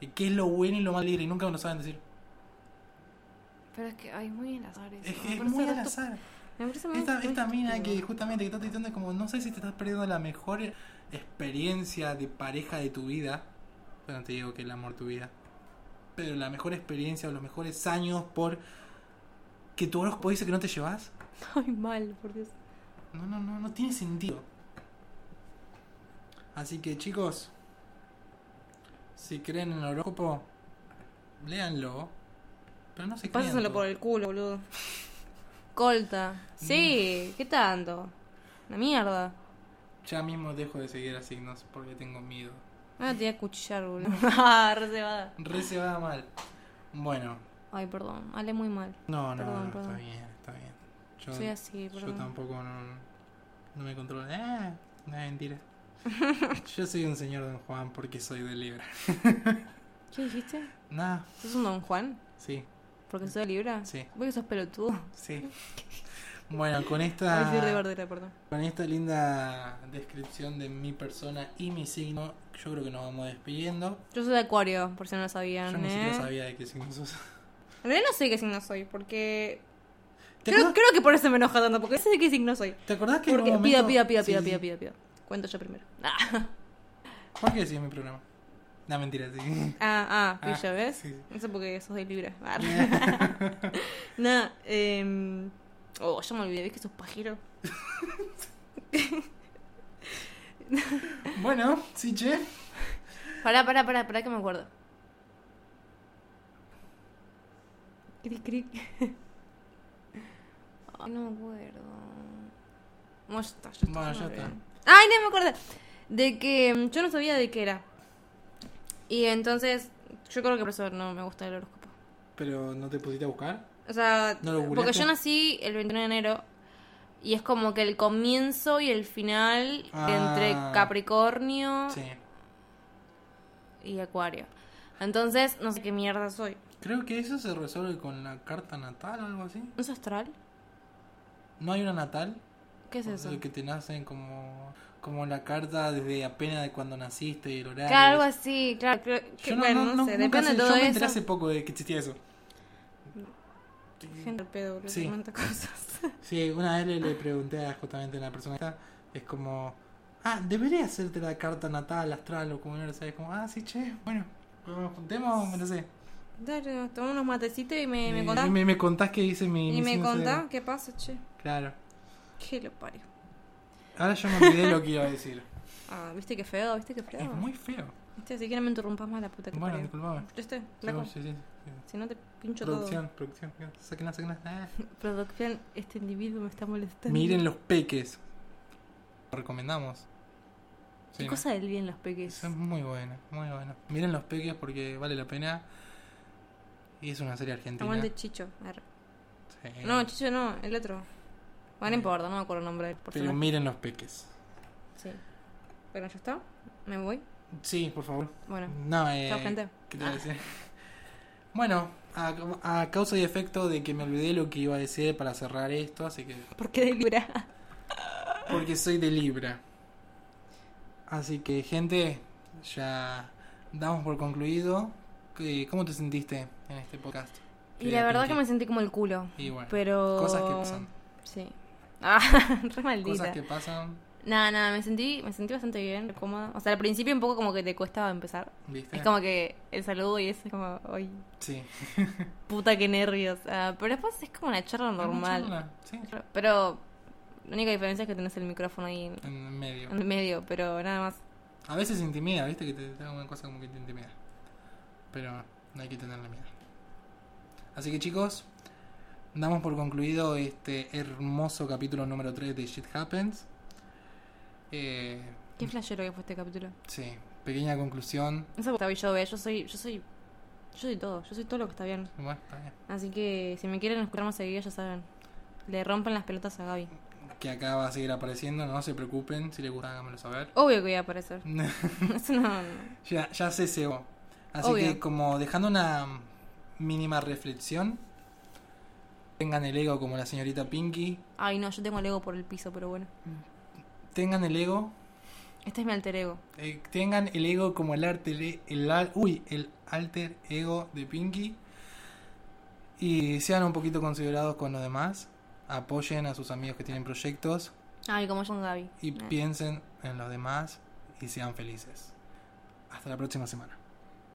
Speaker 1: Y ¿Qué es lo bueno y lo mal de Libra? Y nunca me lo saben decir.
Speaker 2: Pero es que hay muy al azar eso.
Speaker 1: Es,
Speaker 2: Me
Speaker 1: es
Speaker 2: parece
Speaker 1: muy al
Speaker 2: restu-
Speaker 1: azar.
Speaker 2: Me parece muy
Speaker 1: Esta,
Speaker 2: muy
Speaker 1: esta mina
Speaker 2: estúpido.
Speaker 1: que justamente que está tuiteando es como, no sé si te estás perdiendo la mejor experiencia de pareja de tu vida. Bueno, te digo que el amor de tu vida. Pero la mejor experiencia o los mejores años por que tu horóscopo dice que no te llevas?
Speaker 2: Ay, mal, por Dios.
Speaker 1: No, no, no, no tiene sentido. Así que chicos, si creen en el horóscopo, léanlo. Pero no se crean
Speaker 3: Pásaselo
Speaker 1: todo.
Speaker 3: por el culo, boludo.
Speaker 2: Colta.
Speaker 1: Mm.
Speaker 2: Sí, ¿qué tanto? Una mierda.
Speaker 1: Ya mismo dejo de seguir a signos porque tengo miedo.
Speaker 2: No te voy a cuchillar, boludo. Ah, recebada.
Speaker 1: Re se va mal. Bueno,
Speaker 2: Ay, perdón, hablé muy mal.
Speaker 1: no, no,
Speaker 2: Perdón,
Speaker 1: no,
Speaker 2: perdón.
Speaker 1: está bien, está bien. Yo,
Speaker 2: Soy así,
Speaker 1: yo
Speaker 2: perdón.
Speaker 1: tampoco no, no me controlo. Ah, no, mentira. yo soy un señor Don Juan porque soy de Libra.
Speaker 2: ¿Qué dijiste?
Speaker 1: Nada,
Speaker 2: ¿Sos un don Juan?
Speaker 1: sí,
Speaker 2: Porque soy de Libra.
Speaker 1: Sí.
Speaker 2: Vos que sos pelotudo.
Speaker 1: sí. Bueno, con
Speaker 2: Ay,
Speaker 1: esta...
Speaker 2: soy re bardera, perdón.
Speaker 1: Con esta linda descripción de mi persona y mi signo, yo creo que nos vamos despidiendo.
Speaker 2: Yo soy de Acuario, por si no lo
Speaker 1: Yo
Speaker 2: sabían.
Speaker 1: ni
Speaker 2: ¿eh?
Speaker 1: siquiera sabía de qué signo sos.
Speaker 2: En realidad no sé qué signo soy, porque.
Speaker 1: ¿Te
Speaker 2: Creo,
Speaker 1: acordás,
Speaker 2: creo que por eso me enoja tanto, porque no sé de qué signo soy.
Speaker 1: te acordás que en
Speaker 2: Porque
Speaker 1: un
Speaker 2: pida,
Speaker 1: momento-
Speaker 2: pida, pida,
Speaker 1: Sí,
Speaker 2: pida,
Speaker 1: sí,
Speaker 2: pida,
Speaker 1: sí.
Speaker 2: pida, pida. Cuento yo primero. Ah,
Speaker 1: ¿Por qué decís mi programa? No, mentira, sí.
Speaker 2: ah, ah, fui
Speaker 1: Ah,
Speaker 2: yo, ¿ves?
Speaker 1: sí.
Speaker 2: No sé por qué sos de Libra. Ah. Nada, eh, Oh, yo me olvidé, ¿ves que sos pajero?
Speaker 1: bueno, sí, che.
Speaker 2: Pará, pará, pará, pará que me acuerdo. Cric, cric. Ay, no me acuerdo. Bueno, ya está, ya está.
Speaker 1: Bueno,
Speaker 2: me
Speaker 1: ya
Speaker 2: olvidé.
Speaker 1: está.
Speaker 2: Ay, no me acuerdo. De que mm, yo no sabía de qué era. Y entonces, yo creo que por eso no me gusta el horóscopo.
Speaker 1: Pero no te pusiste a buscar.
Speaker 2: O sea,
Speaker 1: ¿No lo
Speaker 2: porque
Speaker 1: googleaste?
Speaker 2: yo nací el 21 de enero y es como que el comienzo y el final
Speaker 1: Ah.
Speaker 2: entre Capricornio
Speaker 1: Sí.
Speaker 2: y Acuario. Entonces, no sé qué mierda soy.
Speaker 1: Creo que eso se resuelve con la carta natal o algo así.
Speaker 2: ¿No es astral?
Speaker 1: ¿No hay una natal?
Speaker 2: ¿Qué es
Speaker 1: O
Speaker 2: eso?
Speaker 1: sea, Que te nacen como, como la carta desde apenas de cuando naciste y el horario.
Speaker 2: Claro, algo así, claro. creo- que-
Speaker 1: Yo no,
Speaker 2: bueno,
Speaker 1: no,
Speaker 2: no,
Speaker 1: no-
Speaker 2: sé,
Speaker 1: nunca
Speaker 2: depende
Speaker 1: sé,
Speaker 2: de todo
Speaker 1: yo me
Speaker 2: eso.
Speaker 1: enteré hace poco de que existía eso.
Speaker 2: Gente al pedo, boludo,
Speaker 1: Sí.
Speaker 2: que manda cosas.
Speaker 1: Sí, una vez le, le pregunté a justamente a la persona que está, es como, ah, debería hacerte la carta natal, astral o como no lo sabes, como, ah, sí, che, bueno, cuando nos juntemos, no sé.
Speaker 2: Dale, nos tomamos unos matecitos y me, me
Speaker 1: Eh,
Speaker 2: contás.
Speaker 1: y me, me contás qué dice mi... mi
Speaker 2: Y me
Speaker 1: signo
Speaker 2: contás
Speaker 1: zodiacal.
Speaker 3: ¿Qué pasa, che?
Speaker 1: Claro.
Speaker 2: Que lo parió.
Speaker 1: Ahora yo me olvidé lo que iba a decir.
Speaker 2: Ah, viste qué feo, viste qué feo.
Speaker 1: Es muy feo.
Speaker 2: Viste, así que no me interrumpas más la puta que
Speaker 1: Bueno,
Speaker 2: parió.
Speaker 1: disculpame.
Speaker 2: ¿Viste?
Speaker 1: Sí,
Speaker 2: Flaco,
Speaker 1: sí, sí, sí.
Speaker 2: Si no te pincho
Speaker 1: Producción, producción. Saquen, saquen. Ah.
Speaker 2: todo. Producción, este individuo me está molestando.
Speaker 1: Miren los peques. Lo recomendamos.
Speaker 2: Qué
Speaker 1: Sí, ¿no?
Speaker 2: cosa del bien los peques.
Speaker 1: Son muy buenos, muy buenos. Miren los peques porque vale la pena. Y es una serie argentina.
Speaker 2: Aguante Chicho. arre.
Speaker 1: Sí.
Speaker 2: No, Chicho no, el otro. Bueno, no importa, no me acuerdo el nombre del
Speaker 1: Pero
Speaker 2: personaje.
Speaker 1: miren los peques.
Speaker 2: Sí. Bueno, ya está. Me voy.
Speaker 1: Sí, por favor.
Speaker 2: Bueno.
Speaker 1: No, eh,
Speaker 2: Chao, gente.
Speaker 1: ¿qué te iba a decir? Bueno, a, a causa y efecto de que me olvidé lo que iba a decir para cerrar esto, así que...
Speaker 2: ¿Por qué de Libra?
Speaker 1: Porque soy de Libra. Así que, gente, ya damos por concluido. ¿Qué- ¿Cómo te sentiste en este podcast?
Speaker 2: Y la verdad que me
Speaker 1: Pinky.
Speaker 2: sentí como el culo.
Speaker 1: Y bueno,
Speaker 2: Pero.
Speaker 1: cosas que pasan.
Speaker 2: Sí. Ah, re
Speaker 1: Cosas
Speaker 2: maldita.
Speaker 1: que pasan,
Speaker 2: Nada, nada, me sentí, me sentí bastante bien, cómoda. O sea, al principio un poco como que te cuesta empezar.
Speaker 1: ¿viste?
Speaker 2: Es como que el saludo y eso es como, ay,
Speaker 1: Sí.
Speaker 2: puta que nervios. Ah, pero después es como una charla normal.
Speaker 1: Charla, Sí,
Speaker 2: Pero la única diferencia es que tenés el micrófono ahí en-
Speaker 1: en medio.
Speaker 2: en medio, pero nada más.
Speaker 1: A veces intimida, ¿viste? Que te te da una cosa como que te intimida. Pero no hay que tenerle miedo. Así que chicos, damos por concluido este hermoso capítulo número 3 de Shit Happens. Eh,
Speaker 2: Qué flashero que fue este capítulo.
Speaker 1: sí, pequeña conclusión.
Speaker 2: No sé por qué estaba yo, ¿eh? yo soy, yo soy, yo soy todo, yo soy todo lo que está bien.
Speaker 1: Bueno, está bien.
Speaker 2: Así que si me quieren escuchar más seguido, ya saben. Le rompen las pelotas a Gaby.
Speaker 1: Que acá va a seguir apareciendo, no se preocupen. Si les gusta, háganmelo saber.
Speaker 2: Obvio que voy a aparecer. Eso no. no.
Speaker 1: ya, ya se cebó. Así
Speaker 2: Obvio.
Speaker 1: que como dejando una mínima reflexión, tengan el ego como la señorita Pinky,
Speaker 2: Ay, no, yo tengo el ego por el piso, pero bueno.
Speaker 1: tengan el ego
Speaker 2: Este es mi alter ego.
Speaker 1: Eh, tengan el ego como el alter, e- el, al- uy, el alter ego de Pinky y sean un poquito considerados con los demás, apoyen a sus amigos que tienen proyectos
Speaker 2: Ay, como yo con Gaby.
Speaker 1: y
Speaker 2: Nah.
Speaker 1: piensen en los demás y sean felices. Hasta la próxima semana.